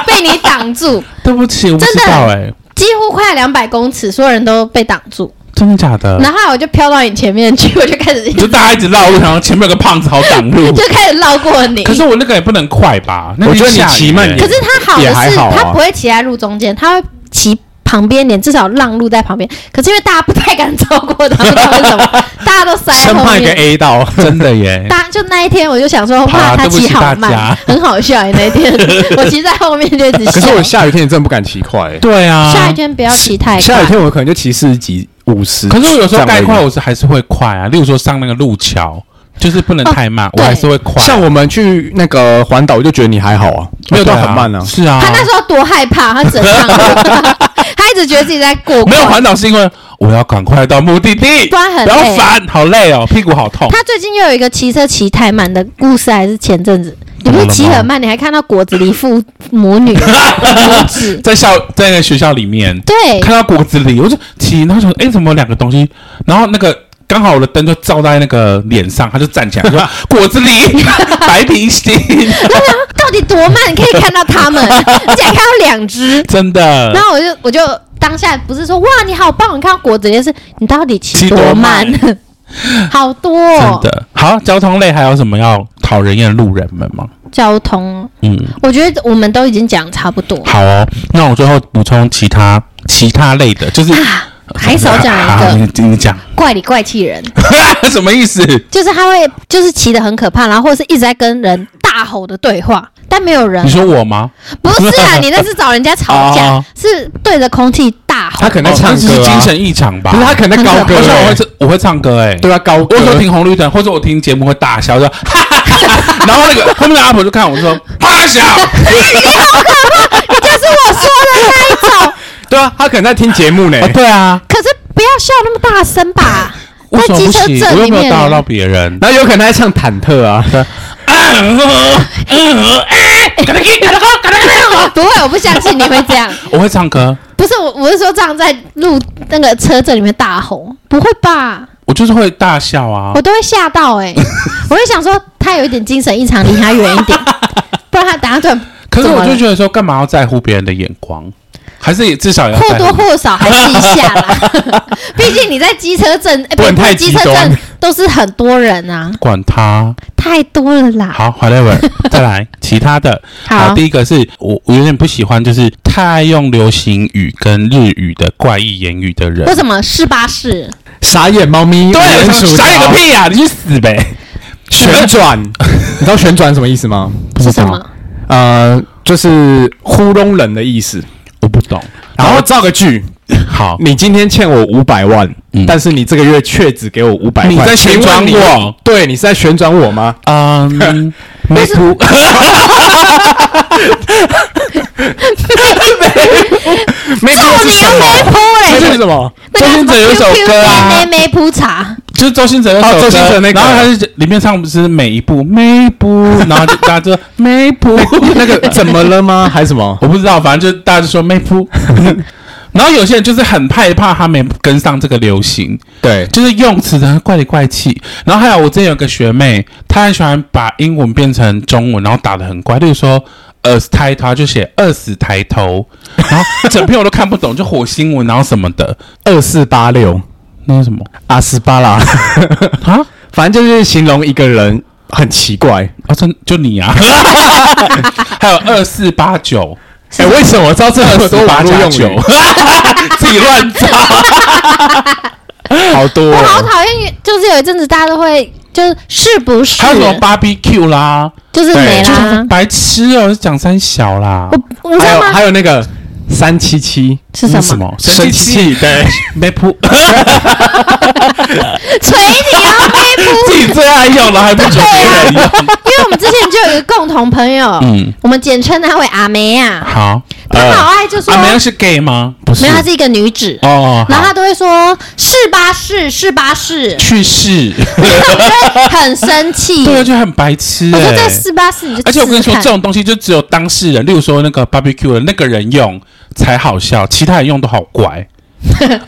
S2: 被你挡住，
S1: 对不起，我不
S2: 真
S1: 知
S2: 的
S1: 道哎，
S2: 几乎快两百公尺，所有人都被挡住。
S1: 真的假的？
S2: 然后后来我就飘到你前面去，我就开始
S1: 嗯 就大家一直绕路，然后前面有个胖子好挡 路。
S2: 就开始绕过你。
S1: 可是我那个也不能快吧？那
S3: 我觉得你
S1: 下雨
S3: 骑慢
S1: 欸
S3: 点
S2: 可是他好
S3: 也
S2: 的
S3: 还
S2: 是，
S3: 好啊
S2: 他不会骑在路中间，他会骑旁边一点，至少让路在旁边。可是因为大家不太敢超过他，不知道为 什么，大家都塞在
S3: 生
S2: 后
S3: 怕一个
S2: 面。
S3: A 到。
S1: 真的耶，
S2: 大就那一天，我就想说，
S1: 好
S2: 怕
S1: 啦
S2: 他
S1: 对不起
S2: 骑好
S1: 大
S2: 慢
S1: 家，
S2: 很好笑欸。那一 天我骑在后面就一直
S3: 可是
S2: 笑
S3: 我。下雨天也真的不敢骑快欸。
S1: 对啊。
S2: 下雨天不要骑太
S3: 下
S2: 快，
S3: 雨天我可能就骑四十几、五十。
S1: 可是我有时候该快，
S3: 我
S1: 我是还是会快啊。例如说上那个路桥，就是不能太慢，我
S2: 哦对
S1: 还是会快。啊
S3: 像我们去那个环岛，我就觉得你还好啊，没有到
S1: 对
S3: 很慢啊。
S1: 是啊
S2: 他，那时候多害怕，他整上， 他一直觉得自己在过关。
S1: 没有环岛是因为我要赶快到目的地，
S2: 不然很
S1: 不要
S2: 累
S1: 烦，好累哦，屁股好痛。
S2: 他最近又有一个骑车骑太慢的故事，还是前阵子，你不是骑很慢，你还看到果子狸父母女 母子，
S1: 在校在那个学校里面
S2: 对，
S1: 看到果子狸，我就骑，然后想，哎，怎么有两个东西？然后那个刚好我的灯就照在那个脸上，他就站起来 说：“果子狸， 白皮星，
S2: 到底多慢可以看到他们，而且还看到两只，
S1: 真的。”
S2: 然后我就我就当下不是说哇你好棒，你看到果子狸是，你到底骑多慢？
S1: 骑
S2: 好多、
S1: 真
S2: 哦、
S1: 的好，交通类还有什么要讨人厌的路人们吗？
S2: 交通，
S1: 嗯，
S2: 我觉得我们都已经讲差不多，
S1: 好哦。那我最后补充其他其他类的，就是
S2: 啊 还少讲一
S1: 好
S2: 个
S1: 你你讲
S2: 怪里怪 气人，
S1: 什么意思？
S2: 就是他会就是骑得很可怕，然后或者是一直在跟人大吼的对话，但没有人
S1: 你说我吗？
S2: 不是啊，你那是找人家 吵
S1: 哦
S2: 架，是对着空气大吼
S3: 他。可能在唱
S1: 哦那
S3: 歌
S1: 是精
S3: 啊，
S1: 神异常吧？
S3: 可是他可能在高歌
S1: 我想我会
S3: 欸，
S1: 唱我会唱歌哎、
S3: 对啊，高歌
S1: 我。说停红绿灯，或者我听节目会大 笑，说哈哈哈，然后那个后面的阿婆就看我 说大笑，
S2: 哎就是我说的那一种，
S3: 对啊，他可能在听节目呢。
S1: 哦对啊，
S2: 可是不要笑那么大声吧，
S1: 为
S2: 在
S1: 什么
S2: 机
S1: 不
S2: 车
S1: 行？我
S2: 阵
S1: 又
S2: 里
S1: 没有
S2: 面。
S1: 打扰到别人。
S3: 然后有可能在唱忐忑啊，
S2: 不会，我不相信你会这样。
S1: 我会唱歌，
S2: 不是我，我是说这样在路那个车阵里面大吼，不会吧？
S1: 我就是会大笑啊
S2: 我。都会吓到 哎、我会想说他有一点精神异常，离他远一 点，不然他等下突然
S1: 可是
S2: 怎么
S1: 我就
S2: 了
S1: 觉得说，干嘛要在乎别人的眼光？还是也至少要
S2: 或
S1: 在
S2: 多
S1: 乎
S2: 或少还是一下啦。 毕竟你在机车阵，哎、
S3: 不能
S2: 不
S3: 太
S2: 是机车
S3: 极端
S2: 阵都是很多人啊，
S1: 管他。
S2: 太多了啦。
S1: 好，whatever，再 来其他的。
S2: 好
S1: 第一个是我我有点不喜欢，就是太爱用流行语跟日语的怪异言语的人
S2: 为。什么是巴士？
S3: 傻眼猫咪，
S1: 对
S3: 五，人薯
S1: 傻眼
S3: 条
S1: 个屁呀！你去死呗！
S3: 旋转， 你知道旋转什么意思吗？
S2: 是什么？
S3: 呃，就是糊弄人的意思。
S1: 我不懂。
S3: 然后造个句，
S1: 好，
S3: 你今天欠我五百万，
S1: 嗯
S3: 但是你这个月却只给我五百块，
S1: 你在旋转我
S3: 请问你？对，你是在旋转我吗？
S1: 嗯，
S2: 为
S1: 没
S2: 什么
S1: 哭。
S3: 没
S2: 臭
S3: 有
S2: 牛没铺
S3: 这是
S2: 嘞！
S3: 什么？
S2: 那
S1: 周
S2: 个什么
S1: 星哲有首
S2: QQ
S1: 歌啊
S2: 妹妹没铺茶，
S1: 就是周星哲那首歌，
S3: 哦周星哲那个
S1: 然后他就里面唱不是每一步每一步，然后就大家就每一 步，
S3: 那个 怎么了吗？还是什么？
S1: 我不知道，反正就大家就说每一步。 然后有些人就是很害怕他没跟上这个流行，
S3: 对，
S1: 就是用词真的怪里怪气。然后还有我之前有个学妹，她很喜欢把英文变成中文，然后打得很怪，例如说。二十抬头，她就写二十抬头，然后整篇我都看不懂，就火星文，然后什么的，
S3: 二四八六
S1: 那是什么
S3: 阿斯巴拉，
S1: 啊？
S3: 反正就是形容一个人很奇怪。
S1: 啊，真就你 啊，还有二四八九，
S3: 哎、为什么知道这
S1: 二
S3: 么多
S1: 四八
S3: 网络
S1: 加
S3: 用
S1: 九
S3: 语？，
S1: 自己乱 造。
S3: 好多、
S2: 我好
S3: 哦。
S2: 讨厌，就是有一阵子大家都会，就是是不是，
S1: 还有什么 barbecue 啦，
S2: 就是没
S1: 就是他
S2: 啦
S1: 们。白痴哦，讲三小啦，
S2: 我你知
S3: 还
S2: 道
S3: 有
S2: 吗？
S3: 还有那个三七七
S2: 是
S1: 那
S2: 什么？
S1: 么生气
S3: 气，对，
S1: 没 谱，
S2: 锤你啊，妹 夫！
S1: 自己最爱
S2: 啊
S1: 用了还不准别人用。
S2: 因为我们之前就有一个共同朋友，
S1: 嗯
S2: 我们简称她为阿梅啊，
S1: 好，呃
S2: 她老爱就说，
S1: 阿梅
S2: 没
S1: 是 gay 吗？不
S2: 有，她是一个女子，
S1: 哦，
S2: 然后
S1: 好
S2: 她都会说是吧是是吧 是，
S1: 去 世，
S2: 很生气。
S1: 对啊，
S2: 我
S1: 就很白痴
S2: 说
S1: 哎
S2: 这。是吧是你就
S1: 而且我跟你说，这
S2: 呃试试看
S1: 种东西就只有当事人，例如说那个 barbecue 的那个人用才好笑，其他人用都好 怪。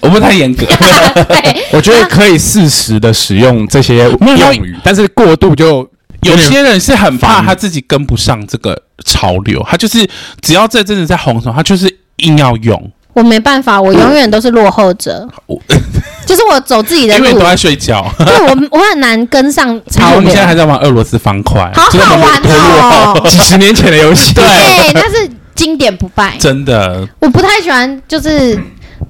S1: 我不太严格，
S2: 对，
S3: 我觉得可以适时的使用这些
S1: 没有
S3: 用语，但是过度就
S1: 有
S3: 点
S1: 些人是很怕
S3: 烦
S1: 他自己跟不上这个潮流，他就是只要这阵子在红什么，他就是硬要用，
S2: 我没办法，我永远都是落后者
S1: 我，
S2: 就是我走自己的
S1: 因为
S2: 路
S1: 都，在睡 觉。
S2: 对我我很难跟上
S1: 好，
S2: 潮
S1: 我们
S2: 流
S1: 现在，还在玩俄罗斯方块，
S2: 好
S1: 这个
S2: 好
S1: 我们
S2: 玩哦，
S3: 几十年前的 游戏。
S1: 对
S2: 对，但是经典不败，
S1: 真的，
S2: 我不太喜欢，就是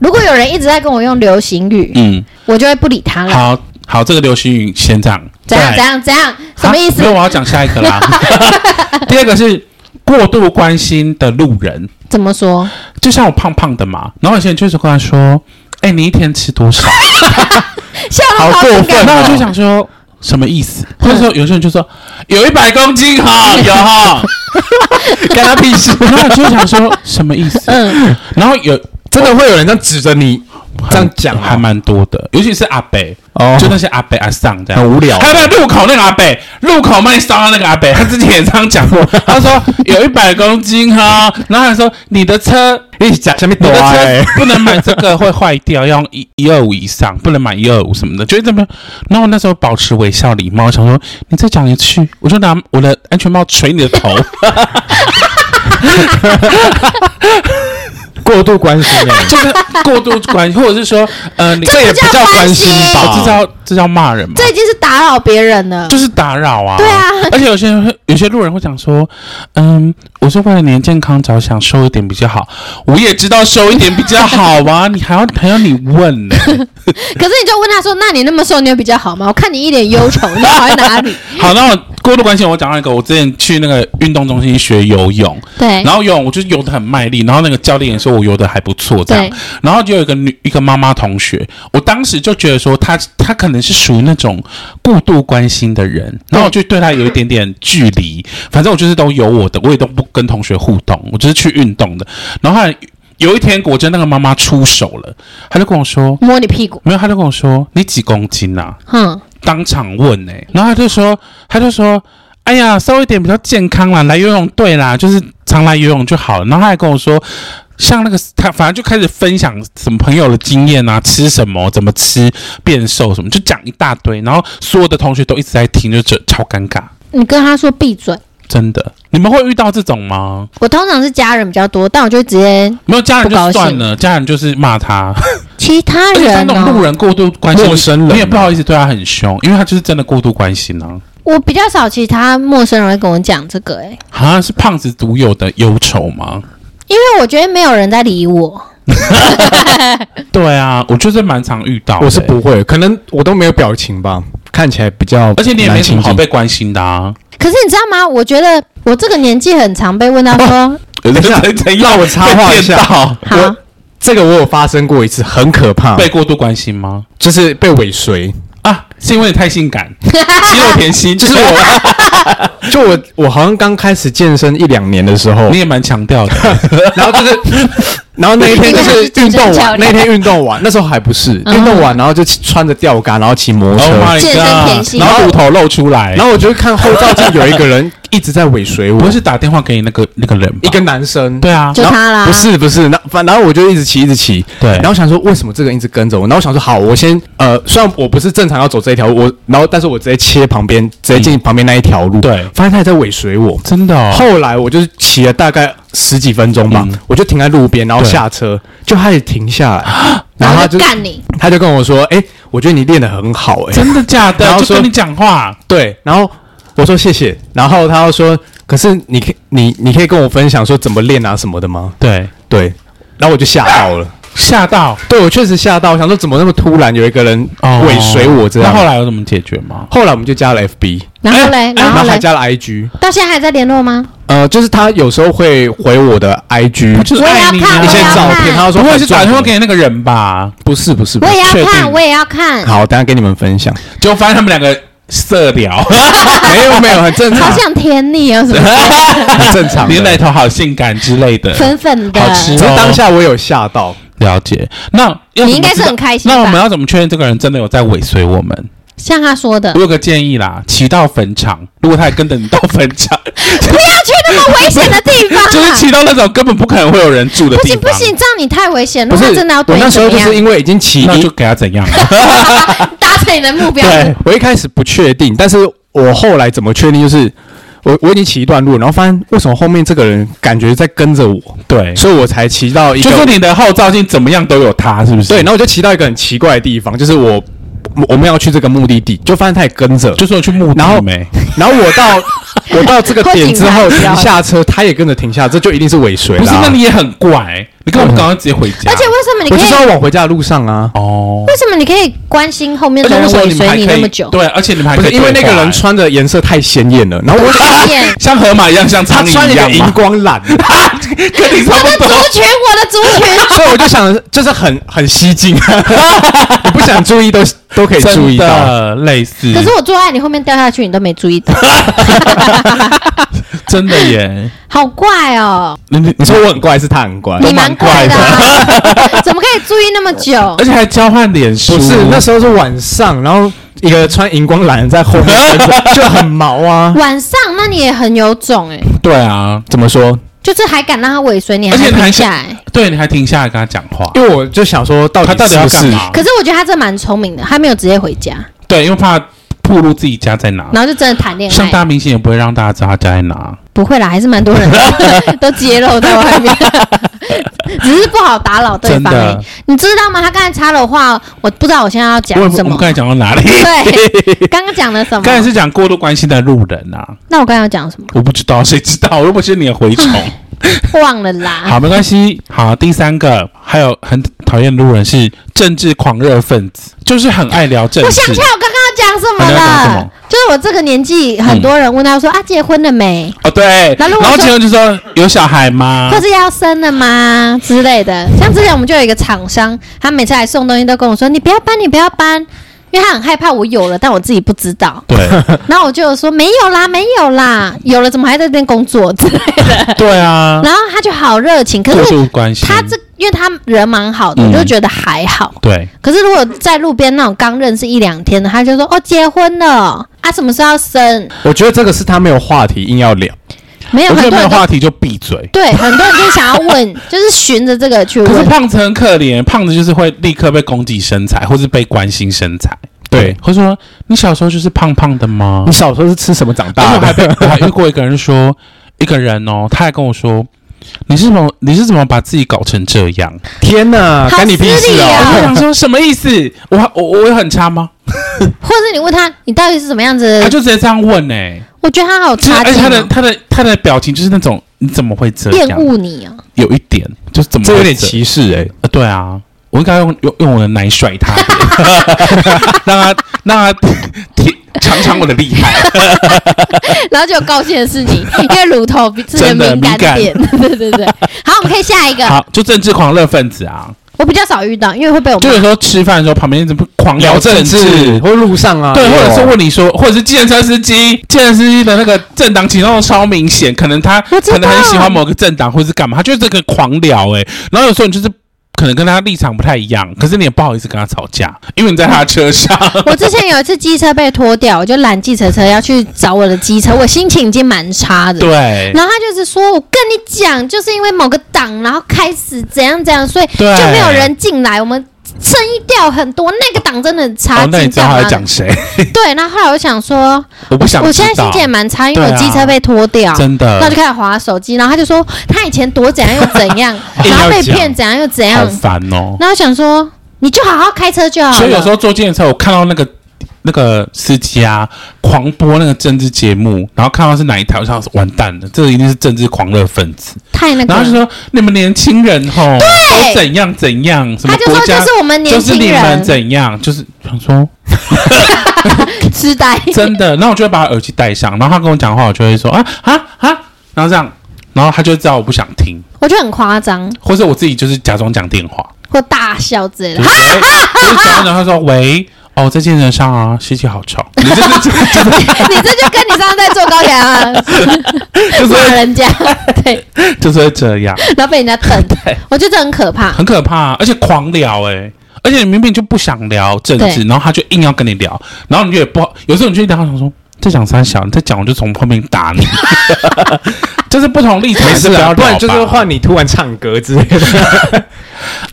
S2: 如果有人一直在跟我用流行语，
S1: 嗯，
S2: 我就会不理他了。
S1: 好好，这个流星雨先这样，
S2: 怎样
S1: 对
S2: 怎样怎样？什么意思
S1: 啊没？有，我要讲下一个 啦。第二个是过度关心的路人，
S2: 怎么说？
S1: 就像我胖胖的嘛，然后有些人就是跟他说：“哎、你一天吃多少
S2: 笑
S3: 好
S2: 得
S3: 过
S2: 敏感
S3: 分？”
S1: 那
S3: 哦
S1: 我就想说。什么意思？或者说，有些人就说有一百公斤 哈，有哈，
S3: 干他屁 事！
S1: 然后我就想说什么意思？
S2: 嗯，
S1: 然后有
S3: 真的会有人这样指着你这样讲哦
S1: 还
S3: 吗？
S1: 蛮多的，尤其是阿北，
S3: 哦
S1: 就那些阿北阿上这样，
S3: 很无聊
S1: 还有那个路口那个阿北，路口卖烧的那个阿 北，他之前也这样讲过，他说有一百公斤哈、然后他说你的车。
S3: 一起讲下面
S1: 你
S3: 抖
S1: 的
S3: 啊！
S1: 车
S3: 哎
S1: 不能买这个会坏掉，要用一一二五以上，不能买一二五什么的，就是这么。然后我那时候保持微笑礼貌，想说你再讲一句，我就拿我的安全帽捶你的头。
S3: 过度关心哎，
S1: 就是过度关心，或者是说，呃，你
S2: 这
S3: 也
S2: 不
S3: 不叫
S2: 关
S3: 关心吧
S1: 这叫这叫骂人吗？
S2: 这已经是打扰别人了。
S1: 就是打扰啊。
S2: 对啊
S1: 而且有些人会，有些路人会讲说，嗯，我是为了你的健康着想，瘦一点比较好。我也知道瘦一点比较好 啊，你还要还要你问呢、
S2: 可是你就问他说：“那你那么瘦，你有比较好吗？”我看你一脸忧愁，你跑在哪里？
S1: 好，那我过度关心，我讲到一个，我之前去那个运动中心学游泳，
S2: 对
S1: 然，后游泳我就游得很卖力，然后那个教练也说我游得还不错这样
S2: 对，
S1: 然后就有一个女一个妈妈同学，我当时就觉得说她她可能是属于那种过度关心的人，然后我就对她有一点点距离，反正我就是都有我的，我也都不跟同学互动，我就是去运动的，然后后来有一天果真那个妈妈出手了，她就跟我说。
S2: 摸你屁股，
S1: 没有，她就跟我说：“你几公斤啊？”
S2: 哼，
S1: 当场问呢、然后他就说，他就说，哎呀，稍微一点比较健康啦，来游泳队啦，就是常来游泳就好了。然后他还跟我说，像那个他反正就开始分享什么朋友的经验啊，吃什么，怎么吃变瘦什么，就讲一大堆。然后所有的同学都一直在听，就觉得超尴尬，
S2: 你跟他说闭嘴。
S1: 真的。你们会遇到这种吗？
S2: 我通常是家人比较多，但我就会直接
S1: 没有家人
S2: 不高
S1: 就
S2: 兴
S1: 算了，家人就是骂他，
S2: 其他
S1: 而且他
S2: 人
S1: 那种路
S2: 哦，
S1: 人过度关心
S3: 陌生人
S1: 你也不好意思对他很凶，因为他就是真的过度关心啊。
S2: 我比较少其他陌生人会跟我讲这个、欸，诶，
S1: 啊，是胖子独有的忧愁吗？
S2: 因为我觉得没有人在理我，
S1: 对啊，我就是蛮常遇到的、 欸
S3: 我是不会，可能我都没有表情吧，看起来比较
S1: 而且你也没
S3: 难
S1: 什么
S3: 亲
S1: 好
S3: 近。
S1: 被关心的啊。
S2: 可是你知道吗？我觉得我这个年纪很常被问到说，
S1: 等
S3: 一下让我插话一下
S2: 好
S3: 我，这个我有发生过一次，很可怕，
S1: 被过度关心吗？
S3: 就是被 尾随，
S1: 啊，是因为你太性 感， 肌肉甜心，
S3: 就是我， 就我我好像刚开始健身一两年的时候
S1: 你，也蛮强 调的。
S3: 然后就是， 然后那一天就是运动完，那一天运动完，那时候还不是
S2: 嗯
S3: 运动完，然后就穿着吊杆，然后骑摩托
S1: Oh
S3: 车，
S1: my
S2: 健身甜
S1: god！
S2: 心
S1: 然后乳头露出来，
S3: 然后我就看后照镜有一个人一直在尾随
S1: 不
S3: 我
S1: 会，是打电话给你那个那个人吧？
S3: 一个男生，
S1: 对啊，
S2: 就他啦，
S3: 不是不是，那反然后我就一直骑一直骑，
S1: 对
S3: 然后想说为什么这个人一直跟着我，然后我想说好，我先呃，虽然我不是正常要走这一条路，我然后但是我直接切旁边，直接进旁边那一条路，
S1: 对
S3: 发现他也在尾随我。
S1: 真的哦，
S3: 后来我就是骑了大概十几分钟吧，
S1: 嗯
S3: 我就停在路边，然后
S1: 对
S3: 下车，就他也停下来， 啊
S2: 然
S3: 然后
S2: 后
S3: 他
S2: 就
S3: 就
S2: 干你，
S3: 他就跟我说：“哎、我觉得你练得很好、哎，
S1: 真的假
S3: 然
S1: 的？
S3: 后
S1: 就
S3: 说
S1: 跟你讲话，
S3: 对。”然后我说：“谢谢。”然后他又说：“可是你可以你你可以跟我分享说怎么练啊什么的吗
S1: 对，？”
S3: 对，然后我就吓到了，
S1: 吓到
S3: 对我确实吓到，我想说怎么那么突然有一个人
S1: 哦
S3: 尾随我这
S1: 那
S3: 样。
S1: 后
S3: 后来
S1: 来有怎么解决吗？
S3: 后来我们就加了 FB，
S2: 然后
S1: 哎
S2: 嘞，然
S3: 然后
S2: 后
S3: 还
S2: 嘞，
S3: 加了 IG，
S2: 到现在还在联络吗？
S3: 呃，就是他有时候会回我的 IG
S1: 他就是
S2: 我也
S1: 爱
S2: 要
S1: 你
S2: 看
S1: 啊
S2: 我
S3: 一些
S2: 也要
S3: 照片，
S2: 看
S3: 他就说
S1: 不会
S3: 很
S1: 是
S3: 重
S1: 打电话
S3: 要
S1: 给那个人吧？
S3: 不是不是，不
S2: 我
S3: 是
S2: 也要
S1: 嗯确定
S2: 看，我也要 看，
S3: 好，等一下跟你们分享。
S1: 就发现他们两个色聊，
S3: 没有没有，很正
S2: 好
S3: 常，
S2: 想舔你哦，什么
S3: 很正常的。
S1: 你奶头好性感之类的，
S2: 粉粉的
S1: 好，吃
S3: 只是当下我有吓
S2: 哦
S3: 到，
S1: 了解。那要怎么
S2: 你应该是
S1: 知道
S2: 很开心吧
S1: 那我们要怎么确认这个人真的有在尾随我们？
S2: 像他说的
S1: 我，有个建议啦，骑到坟场，如果他也跟着你到坟 场，
S2: 不要去那么危险的地方啊，
S1: 就是骑到那种根本不可能会有人住的
S2: 不
S1: 地
S2: 行
S1: 方，
S2: 不行，这样你太危险。
S3: 不
S2: 如
S3: 是
S2: 果他真的要对
S3: 我那
S2: 你
S3: 时
S2: 怎
S3: 候
S2: 么
S3: 就是
S2: 样，
S3: 因为已经骑
S1: 那
S3: 一
S1: 就，嗯给他怎样啊？
S2: 达成你的目标，
S3: 对我一开始不确定，但是我后来怎么确定就是。我我已经骑一段路，然后发现为什么后面这个人感觉在跟着我，
S1: 对，
S3: 所以我才骑到一
S1: 嗯
S3: 个
S1: 就是你的后照镜怎么样都有他，是不是？
S3: 对，然后我就骑到一个很奇怪的地方，就是我我我们要去这个目的地，就发现他也跟着，
S1: 就是我去墓地
S3: 然后
S1: 没，
S3: 然后我 到我到这个点之后
S2: 会紧
S3: 停
S2: 张
S3: 下车，他也跟着停下，这就一定是尾随
S1: 不
S3: 啦。
S1: 是？那你也很怪，你跟我们刚刚直接回家，
S2: 而且为什么你
S3: 我
S2: 可
S3: 就是要
S2: 以？
S3: 往回家的路上啊，
S1: 哦，
S2: 为什么你可以关心后面
S1: 而且
S2: 的
S1: 为
S2: 人
S1: 什么
S2: 尾
S1: 你们还
S2: 随
S1: 可以
S2: 你那么久？
S1: 对，而且你们还可以
S3: 不是因为那个
S1: 对话
S3: 人穿的颜色太鲜艳了，然后我
S2: 讨厌
S1: 像河马一样，像
S3: 他
S1: 苍蝇
S3: 穿了
S1: 一
S3: 一个
S1: 样
S3: 荧
S1: 嘛，
S3: 光蓝，
S1: 跟 你差
S2: 我的
S1: 不嗯
S2: 族
S1: 多。
S2: 群，我的族群，
S3: 所以我就想，就是很很吸睛，啊 你不想注意都都可以注意到。
S1: 的类似，
S2: 可是我坐在你后面掉下去，你都没 注意到，
S1: 真的耶！
S2: 好怪哦，
S1: 你你
S3: 你说我很怪，是他很怪，
S2: 你蛮怪的
S3: 都蛮 怪
S2: 啊，怎么可以注意那么久
S1: 而？且还交换脸书，
S3: 不是那时候是晚上，然后一个穿荧光蓝在后面 跟着就很毛啊。
S2: 晚上，那你也很有种哎，
S1: 对啊，
S3: 怎么说？
S2: 就是还敢让他尾随你，
S1: 而且
S2: 还
S1: 你还啊
S2: 停下来。
S1: 对，你还停下来跟他讲话，
S3: 因为我就想说，到底
S1: 他到底
S3: 是
S1: 要
S3: 不
S1: 干
S3: 是
S1: 嘛？
S2: 可是我觉得他这蛮聪明的，他没有直接回家，
S1: 对，因为怕暴露自己家在哪，
S2: 然后就真的谈恋
S1: 像
S2: 爱。
S1: 大明星也不会让大家知道他家在哪。
S2: 不会啦，还是蛮多人 的都揭露在外面，只是不好打扰对
S1: 真
S2: 方、
S1: 的
S2: 欸。你知道吗？他刚才插了话，我不知道我现在要讲
S1: 我也不
S2: 什
S1: 我们
S2: 么
S1: 刚。才讲到哪里？
S2: 对， 刚刚讲了什
S1: 刚才
S2: 么？
S1: 是讲过度关心的路人啊，
S2: 那我刚刚有讲什么？
S1: 我不知道，谁知道？又不是你的蛔虫。
S2: 忘了啦。
S1: 好，没关系。好，第三个还有很讨厌的路人是政治狂热分子，就是很爱聊政
S2: 我
S1: 治
S2: 想。起来我刚刚要讲什么
S1: 你要讲什
S2: 了
S1: 么，
S2: 就是我这个年纪，很多人问他说、啊，结婚了没？
S1: 哦，对，
S2: 那
S1: 然
S2: 如果
S1: 后
S2: 说
S1: 结婚就说有小孩吗
S2: 或？是要生了吗之类的。像之前我们就有一个厂商，他每次来送东西都跟我说：“你不要搬，你不要搬。”因为他很害怕我有了，但我自己不知道。
S1: 对，
S2: 然后我就有说没有啦，没有啦，有了怎么还在这边工作之类的。
S1: 对啊，
S2: 然后他就好热情，可
S1: 过
S2: 是
S1: 度关心。
S2: 他这因为他人蛮好的，
S1: 嗯
S2: 我就觉得还好。
S1: 对，
S2: 可是如果在路边那种刚认识一两天的，他就说哦结婚了啊，什么时候要生？
S3: 我觉得这个是他没有话题，硬要聊。
S2: 没有
S1: 我觉
S2: 很
S1: 得
S2: 多
S1: 没有
S2: 人都
S1: 话题就闭嘴。
S2: 对，很多人就想要 问，就是循着这个去
S1: 可是
S2: 问。
S1: 胖子很可怜，胖子就是会立刻被攻击身材，或是被关心身材。
S3: 对
S1: 或者说你小时候就是胖胖的 吗
S3: 你？小时候是吃什么
S2: 啊
S3: 长
S1: 然后
S3: 大
S1: 我还被
S3: 的？
S1: 我还遇过一个人说，一个人哦，他还跟我说，你是怎么你是怎么把自己搞成这样？
S3: 天哪，
S2: 好
S3: 干你屁
S2: 失
S3: 事
S2: 礼
S1: 我
S2: 啊
S3: 哦！
S1: 就想说什么意思？我我我有很差吗？
S2: 或者是你问他你到底是什么样子
S1: 他？就直接这样问呢、欸
S2: 我觉得他好
S1: 就是
S2: 呃差
S1: 而且
S2: 劲、
S1: 他的
S2: 哦，
S1: 他的他的表情就是那种你怎么会这
S2: 厌
S1: 样？
S2: 恶 你哦。
S1: 有一点就是怎么
S3: 这有
S1: 会
S3: 点歧视哎、
S1: 呃对啊，我应该用用用我的奶甩他， 让他让他体尝尝我的厉 害。
S2: 然后就高兴的是你，因为乳头是你
S1: 真的
S2: 敏感
S1: 敏
S2: 点。 对对对，好，我们可以下一个。
S1: 好，就政治狂热分子啊，
S2: 我比较少遇到，因为会被我
S1: 就
S2: 骂
S1: 有时候吃饭的时候旁边一直不狂聊
S3: 聊
S1: 政
S3: 政治
S1: 治。
S3: 或路上啊，
S1: 对，
S3: 也
S1: 或
S3: 有
S1: 者是问你说，或者是计程车司机，计程司机的那个政党情况超明显，可能他
S2: 我知
S1: 可
S2: 道
S1: 能很喜欢某个政党，或是干嘛，他就是这个狂聊哎、欸然后有时候你就是可能跟他立场不太一样，可是你也不好意思跟他吵架，因为你在他的车 上。
S2: 我之前有一次机车被拖掉，我就拦计程车要去找我的机车，我心情已经蛮差的。
S1: 对，
S2: 然后他就是说，我跟你讲，就是因为某个党，然后开始怎样怎样，所以
S1: 对
S2: 就没有人进来，我们声音掉很多，那个档真的很差
S1: 哦，
S2: 劲。
S1: 那你知道他在
S2: 干嘛
S1: 讲谁？
S2: 对，然后后来我想说，
S1: 我不想
S2: 我
S1: 知
S2: 现在
S1: 道
S2: 心情也蛮差，因为我
S1: 对啊
S2: 机车被拖掉，
S1: 真
S2: 然
S1: 的
S2: 后就，开始划手机，然后他就说他以前多怎样又怎 样，
S3: 硬
S2: 然后
S3: 要
S2: 被
S3: 讲
S2: 骗怎样又怎
S1: 好
S2: 样，
S1: 烦哦。
S2: 然后我想说你就好好开车就好了。
S1: 所以有时候坐电车，我看到那个那个司机啊，狂播那个政治节目，然后看到是哪一台，我想说完蛋了，这个一定是政治狂热分子。
S2: 太那个
S1: 然后就
S2: 了，
S1: 说你们年轻人吼，都怎样怎样，什么
S2: 他就
S1: 国
S2: 说
S1: 家
S2: 就是我们年
S1: 就是
S2: 轻
S1: 你们
S2: 人
S1: 怎样，就是想说
S2: 痴呆，
S1: 真 的，那我就会把耳机戴上，然后他跟我讲话，我就会说啊啊啊，然后这样，然后他就知道我不想听，
S2: 我觉得很夸张，
S1: 或者我自己就是假装讲电话，
S2: 或大笑之类
S1: 就 是
S2: 的。
S1: 喂就是假装讲，他说喂。哦，在健身上啊，吸气好臭，你就是就是
S2: 你这就跟你上次在坐高铁 啊，
S1: 就是
S2: 骂
S1: 会
S2: 人家，对，
S1: 就是会这样，
S2: 然后被人家 瞪，我觉得很可怕。
S1: 很可怕，而且狂聊哎、而且你明明就不想聊政治，
S2: 对
S1: 然后他就硬要跟你聊，然后你就也不好，有时候你就一聊，他想说再讲三小，你再讲我就从后面打 你，就是不同立场，
S3: 没
S1: 是
S3: 事
S1: 不要
S3: 啊，
S1: 聊
S3: 不然就是
S1: 吧
S3: 换你突然唱歌之类 的。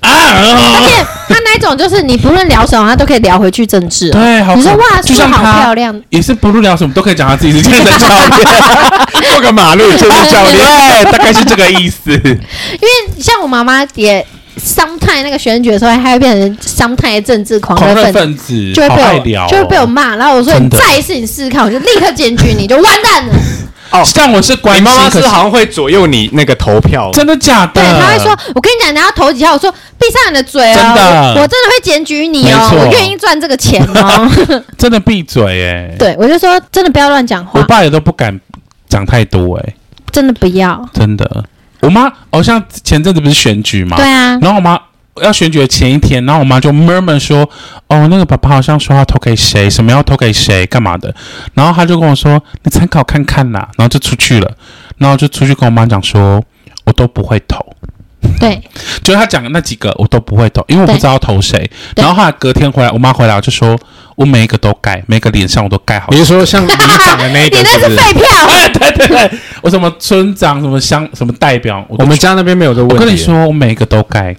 S1: 啊，
S2: 而
S1: 啊
S2: 且他那一种就是你不论聊什么，他都可以聊回去政治。啊
S1: 对，好可，
S2: 你说哇，
S1: 就
S2: 叔
S1: 像
S2: 好
S1: 他
S2: 漂亮，
S1: 也是不论聊什么都可以讲他自己是健身教练，
S3: 过个马路 就是教练，
S1: 对，大概是这个意思。
S2: 因为像我妈妈也 sometime 那个选举的时候，她会变成 sometime 政治狂
S1: 狂
S2: 热
S1: 热
S2: 分子。
S1: 分子
S2: 就会
S1: 好
S2: 被
S1: 爱
S2: 我
S1: 聊哦，
S2: 就会被我骂，然后我说你
S1: 真的
S2: 再一次你试试看，我就立刻检举你，就完蛋了。
S1: 哦，但我是关
S3: 你
S1: 心，
S3: 妈妈
S1: 可
S3: 是好像会左右你那个投票，
S1: 真的假的？
S2: 对，她会说，我跟你讲，你要投几票，我说闭上你的嘴哦，
S1: 嗯真的
S2: 我我真的会检举你哦，
S1: 没错
S2: 我愿意赚这个钱 哦。
S1: 真的闭嘴哎，
S2: 对，我就说真的不要乱讲
S1: 我
S2: 话，
S1: 爸也都不敢讲太多哎、
S2: 真的不要。
S1: 真的。我妈好、哦、像前阵子不是选举嘛，
S2: 对啊，
S1: 然后我妈要选举的前一天，然后我妈就 murmur 说，哦，那个爸爸好像说要投给谁，什么要投给谁，干嘛的。然后她就跟我说，你参考看看啦，然后就出去了，然后就出去跟我妈讲说，我都不会投。
S2: 对，
S1: 就是他讲的那几个我都不会投，因为我不
S2: 对
S1: 知道投谁。
S2: 对
S1: 然后后来隔天回来，我妈回来我就说，我每一个都盖，每个脸上我都盖好
S3: 你。是说像里长的那 个
S2: 你那
S3: 是
S2: 是
S3: 不是？
S2: 废票。
S1: 哎，对对对，我什么村长、什么乡、什么代表，我
S3: 我
S1: 都
S3: 们家那边没有这个
S1: 我
S3: 问题。
S1: 跟你，说，我每一个都盖，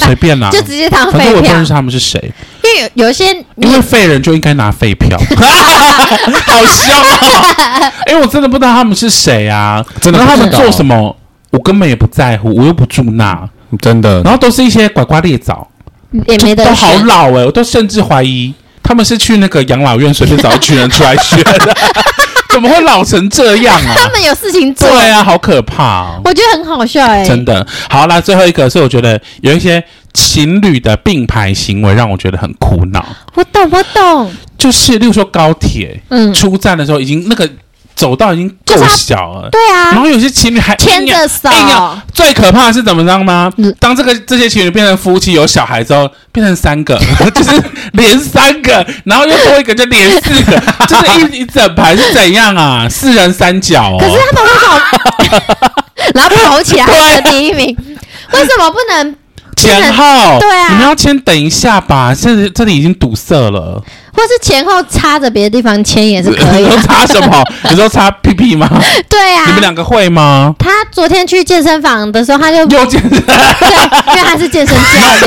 S1: 随便啦，
S2: 就直接当
S1: 反正
S2: 废
S1: 我不
S2: 票
S1: 认，识他们是谁，
S2: 因为有有一些
S1: 因
S2: 你
S1: 为废人就应该拿废票，好凶啊！因为我真的不知道他们是谁啊，
S3: 真的
S1: 然
S3: 不
S1: 后他们
S3: 知道
S1: 做什么，我根本也不在乎，我又不住那，
S3: 真的
S1: 然后都是一些拐瓜裂枣，
S2: 也没得
S1: 都好
S2: 选
S1: 老哎、我都甚至怀疑他们是去那个养老院随便找一群人出来选的，怎么会老成这样啊？
S2: 他们有事情做，
S1: 对啊，好可怕、哦。
S2: 我觉得很好笑哎、
S1: 真的。好啦，最后一个是我觉得有一些情侣的并排行为让我觉得很苦恼，
S2: 我懂我懂，
S1: 就是例如说高铁、
S2: 嗯，
S1: 出站的时候，已经那个走道已经够
S2: 就是要
S1: 小了。
S2: 对
S1: 然
S2: 啊，
S1: 后有些情侣还
S2: 牵
S1: 硬要
S2: 着手，
S1: 硬要最可怕的是怎么样吗
S2: 嗯？
S1: 当这个这些情侣变成夫妻有小孩之后，变成三 个，就是连三个，然后又多一个就连四个， 就是一一整排是怎样啊？四人三角哦。
S2: 可是他们为什么？然后跑 起来
S1: 对啊
S2: 得第一名，为什么不能？
S1: 前后
S2: 对啊
S1: 你们要先等一下吧，这这里已经堵塞了，
S2: 或是前后插着别的地方牵也 是可以
S1: 你
S2: 的
S1: 说，擦什么？你说擦屁屁吗？
S2: 对啊
S1: 你。们两个会吗？
S2: 他昨天去健身房的 时候，他就
S1: 又健身
S2: 对，因为他是健身 教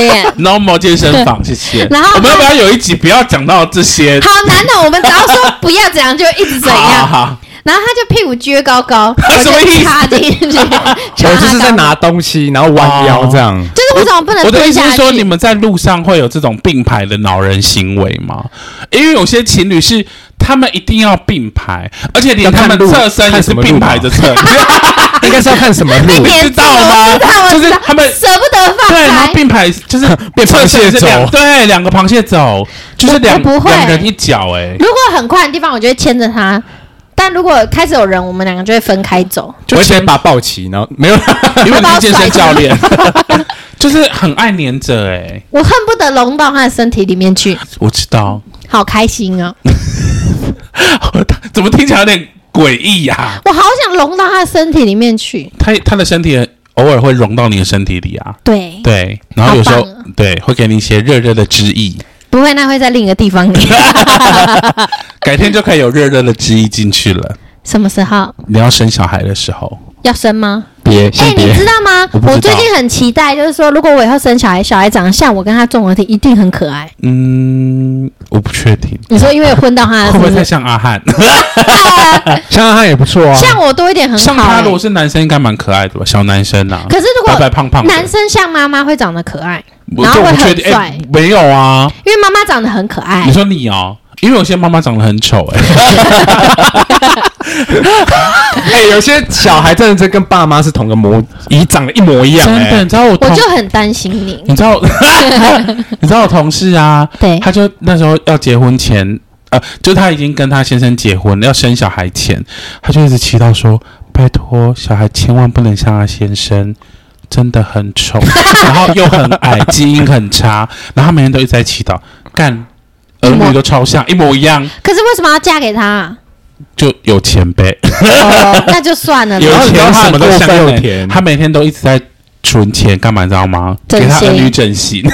S2: 练，
S1: normal 健身房，谢谢。
S2: 然后
S1: 我们要不要有一集不要讲到这些？
S2: 好难哦的。我们只要说不要怎样，就一直怎
S1: 好
S2: 样。
S1: 好好
S2: 然后他就屁股撅高高，我
S1: 什么意
S2: 就
S1: 思
S2: 插进去， 插
S3: 我就是
S2: 他
S3: 在
S2: 高
S3: 拿东西，然后弯腰 这样。
S2: 就是为什么不能
S1: 我的
S2: 蹲
S1: 意思
S2: 下
S1: 是
S2: 去？
S1: 说，你们在路上会有这种并排的恼人行为吗？因为有些情侣是他们一定要并排，而且连
S3: 要
S1: 他
S3: 看
S1: 们
S3: 路
S1: 侧身也
S3: 看
S1: 是
S3: 什么
S1: 并
S3: 路
S1: 排
S3: 嘛
S1: 着 侧，
S3: 应该是要看什么路
S1: 你
S2: 点
S1: 知道吗
S2: 我知道？我
S1: 就
S2: 知
S1: 是
S2: 道
S1: 他们
S2: 舍不得放
S1: 对，然后
S2: 开，
S1: 并排就是
S3: 变
S1: 侧
S3: 螃
S1: 身
S3: 蟹
S1: 是两
S3: 走。
S1: 对，两个螃蟹走，就是
S2: 我
S1: 两
S2: 我不会
S1: 两人一脚，哎，
S2: 如果很快的地方，我就会牵着他；但如果开始有人，我们两个就会分开走。
S1: 就
S3: 我
S1: 前
S3: 先把抱起，然后没有，
S1: 因为你
S2: 把
S1: 是
S2: 我
S1: 健身
S2: 甩
S1: 教练， 就是很爱黏着，哎，
S2: 我恨不得融到他的身体里面去，
S1: 我知道，
S2: 好开心哦！
S1: 怎么听起来有点诡异啊呀？
S2: 我好想融到他的身体里面去。
S1: 他他的身体偶尔会融到你的身体里啊。
S2: 对，
S1: 对，然后有时候
S2: 好棒啊
S1: 对会给你一些热热的汁液，
S2: 不会，那会在另一个 地方。
S1: 改天就可以有热热的汁液进去了。
S2: 什么时候
S1: 你要生小孩的时候，
S2: 要生吗？
S1: 不
S3: 别，
S2: 哎、
S3: 先
S2: 你
S3: 别
S2: 知。道吗？
S3: 我不知道
S2: 我最近很期待，就是说，如果我以后生小孩，小孩长得像我跟他综合体，一定很可爱。
S1: 嗯，我不确定，
S2: 你说，因为混到他
S1: 会不会
S2: 是
S1: 太
S2: 是
S1: 像阿汉？
S3: 像他也不错啊，
S2: 像我多一点很
S1: 像
S2: 好、
S1: 他
S2: 哎
S1: 如果是男生，应该蛮可爱的吧？小男生呐，
S2: 可是如
S1: 白
S2: 果
S1: 白胖胖的，
S2: 男生像妈妈会长得可爱，
S1: 我
S2: 然后
S1: 这我
S2: 会
S1: 不确
S2: 很
S1: 定。
S2: 帅
S1: 哎，没有啊，
S2: 因为妈妈长得很可爱
S1: 你。说你哦，因为有些妈妈长得很丑，哎，
S3: 哎、有些小孩真的是跟爸妈是同个模，一长得一模一样、
S1: 真的，
S3: 哎
S1: 你知道我
S2: 我
S1: 同，
S2: 就很担 心你。
S1: 你知道，你知道我同事啊，
S2: 对，
S1: 他就那时候要结婚前，呃，就他已经跟他先生结婚了，要生小孩前，他就一直祈祷说：“拜托，小孩千万不能像他先生，真的很 丑，然后又很矮，基因很差。”然后他每天都一直在祈祷，干儿
S2: 一模
S1: 女都超像，一模一样，
S2: 可是为什么要嫁给 他啊？
S1: 就有钱呗，
S2: 哦，那就算了啦。
S1: 有
S3: 然后你知道
S1: 钱
S3: 他
S1: 什么都
S3: 很过
S1: 像
S3: 分
S1: 欸
S3: 又甜
S1: 他每天都一直在存钱，干嘛你知道吗？
S2: 整
S1: 给他儿女
S2: 形哦
S1: 整形，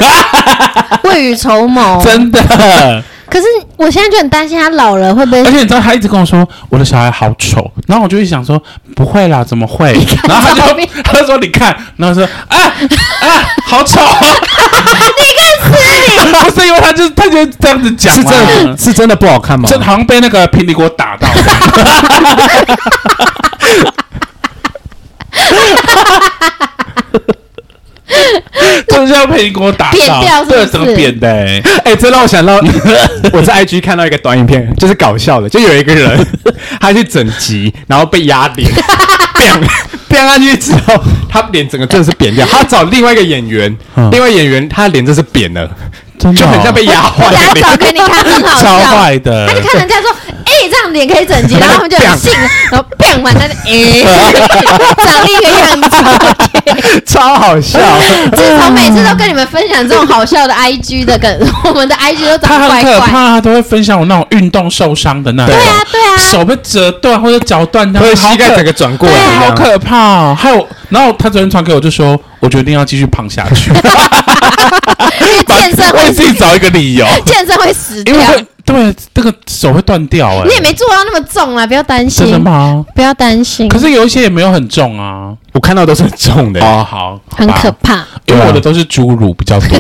S2: 未雨绸缪。
S1: 真的。
S2: 可是我现在就很担心他老了会不会
S1: 而且你知道，他一直跟我说我的小孩好丑，然后我就一直想说不会啦，怎么会？然后他
S2: 照
S1: 就
S2: 片
S1: 他就说你看，然后说啊啊，好丑！你个 死你！不是因为他就是他就这样子讲
S3: 是
S1: 嘛，
S3: 真的是真的不好看吗？
S1: 这好像被那个平底锅打 到。就是像平底锅打
S2: 扁
S1: 到，
S2: 掉是不
S1: 对，
S2: 是
S1: 整个扁的、欸。
S3: 哎、这让 我想到，我在 IG 看到一个短影片，就是搞笑的，就有一个人他去整脊，然后被压脸，扁扁下去之后，他脸整个真的是扁掉。他找另外一个演员，
S1: 嗯
S3: 另外演员他的脸真是扁了，
S1: 真的
S3: 就
S1: 哦
S3: 很像被压坏
S2: 我等
S3: 的
S2: 下找。
S3: 脸
S2: 给你看，很好
S1: 超
S2: 笑。
S1: 坏的
S2: 他就。看人家说，哎、这样脸可 以整齐，然后他们就很信，然后变完他就，哎、 长一个样子。
S3: 超好笑。
S1: 哎
S2: 自从每次都跟你们分享这种好笑的 IG 的梗，我们的 IG 都长
S1: 他
S2: 得
S1: 很
S2: 怪
S1: 可
S2: 怪。
S1: 怕，他都会分享我那种运动受伤的那种，
S2: 对啊，对啊，
S1: 手被折断或者脚断，他
S3: 他的膝盖整
S1: 个
S3: 个转过
S1: 对
S3: 来
S1: 啊，
S3: 这
S1: 好
S3: 样，
S1: 可怕哦。还有，然后他昨天传给我就说，我决定要继续胖下 去，
S2: 因为
S1: 啊
S2: 健身
S1: 为
S2: 会
S1: 自己找一个理 由，
S2: 健身会死掉
S1: 因为，会对这个手会断掉哎、
S2: 你也没做到那么重啊，不要担
S1: 真的
S2: 心，
S1: 吗？
S2: 不要担心
S1: 可，是有一些也没有很重啊。
S3: 我看到都是很重的。
S1: 哦，好，
S2: 很
S1: 好吧
S2: 可，怕，
S1: 因为我的都是侏儒比较多，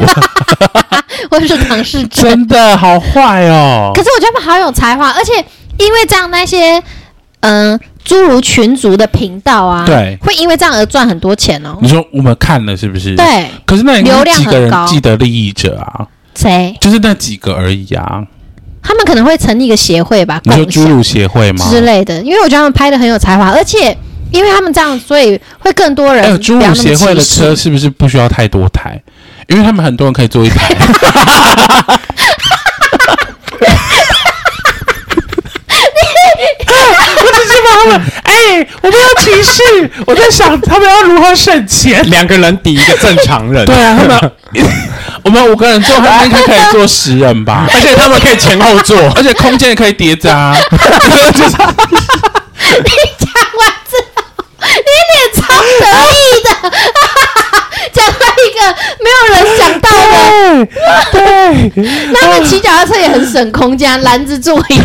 S2: 或者是唐氏症。
S1: 真的好坏哦
S2: 可。是我觉得他们好有才华，而且因为这样那些嗯、呃诸如群族的频道啊，
S1: 对，
S2: 会因为这样而赚很多钱哦。
S1: 你说我们看了是不是？。
S2: 对，
S1: 可是那
S2: 流
S1: 有
S2: 量
S1: 几个
S2: 很
S1: 人
S2: 高
S1: 既得利益者啊？
S2: 谁？
S1: 就是那几个而已啊。
S2: 他们可能会成立一个协会吧，
S1: 你说
S2: 共
S1: 侏
S2: 享
S1: 儒协会吗？
S2: 之类的。因为我觉得他们拍的很有才华，而且因为他们这样，所以会更多人
S1: 还有
S2: 不
S1: 侏
S2: 要那
S1: 儒
S2: 么
S1: 协会的车
S2: 歧视。
S1: 是不是不需要太多台？因为他们很多人可以坐一台。我只是帮他们，哎、我们要歧视，我在想他们要如何省钱。
S3: 两个人抵一个正常人，
S1: 对啊，他们我们五个人坐，他们应该可以坐十人吧？
S3: 而且他们可以前后坐，
S1: 而且空间也可以叠着 啊。
S2: 你讲完之后，你脸超得意的， 讲了一个没有人想到的。
S3: 对，
S2: 那他们骑脚踏车也很省空间，篮子座椅。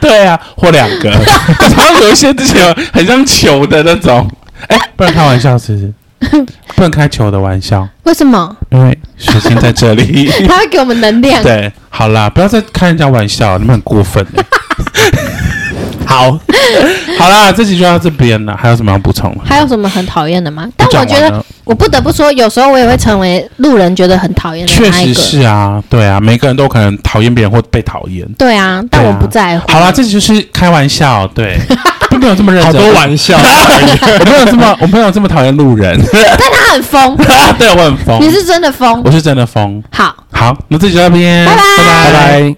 S1: 对啊，或两个， 然后有一些之前有很像球的那种， 哎、不能开玩笑，是 不是？不能开球的玩笑，
S2: 为什么？
S1: 因为水晶在这 里。
S2: 他会给我们能量。
S1: 对，好啦，不要再开人家玩笑，你们很过分、 欸。
S3: 好，
S1: 好啦，这集就到这边了，还有什么要补充吗？
S2: 还有什么很讨厌的吗？但
S1: 讲
S2: 我
S1: 完
S2: 觉得
S1: 了，
S2: 我不得不说，有时候我也会成为路人觉得很讨厌的
S1: 确
S2: 那一
S1: 实
S2: 个。
S1: 是啊，对啊，每个人都可能讨厌别人或被讨厌。
S2: 对啊，但我不在乎。啊
S1: 好啦，这集就是开玩笑， 对，并没有这么认
S3: 好
S1: 真。
S3: 多玩 笑。
S1: 我没有这么，我没有这么讨厌路人。
S2: 但他很疯，
S1: 对，我很疯
S2: 你，是真的疯
S1: 啊我。是真的疯。
S2: 好。
S1: 好，那这集就到这边，
S2: 拜拜
S1: 拜拜。
S3: 拜拜。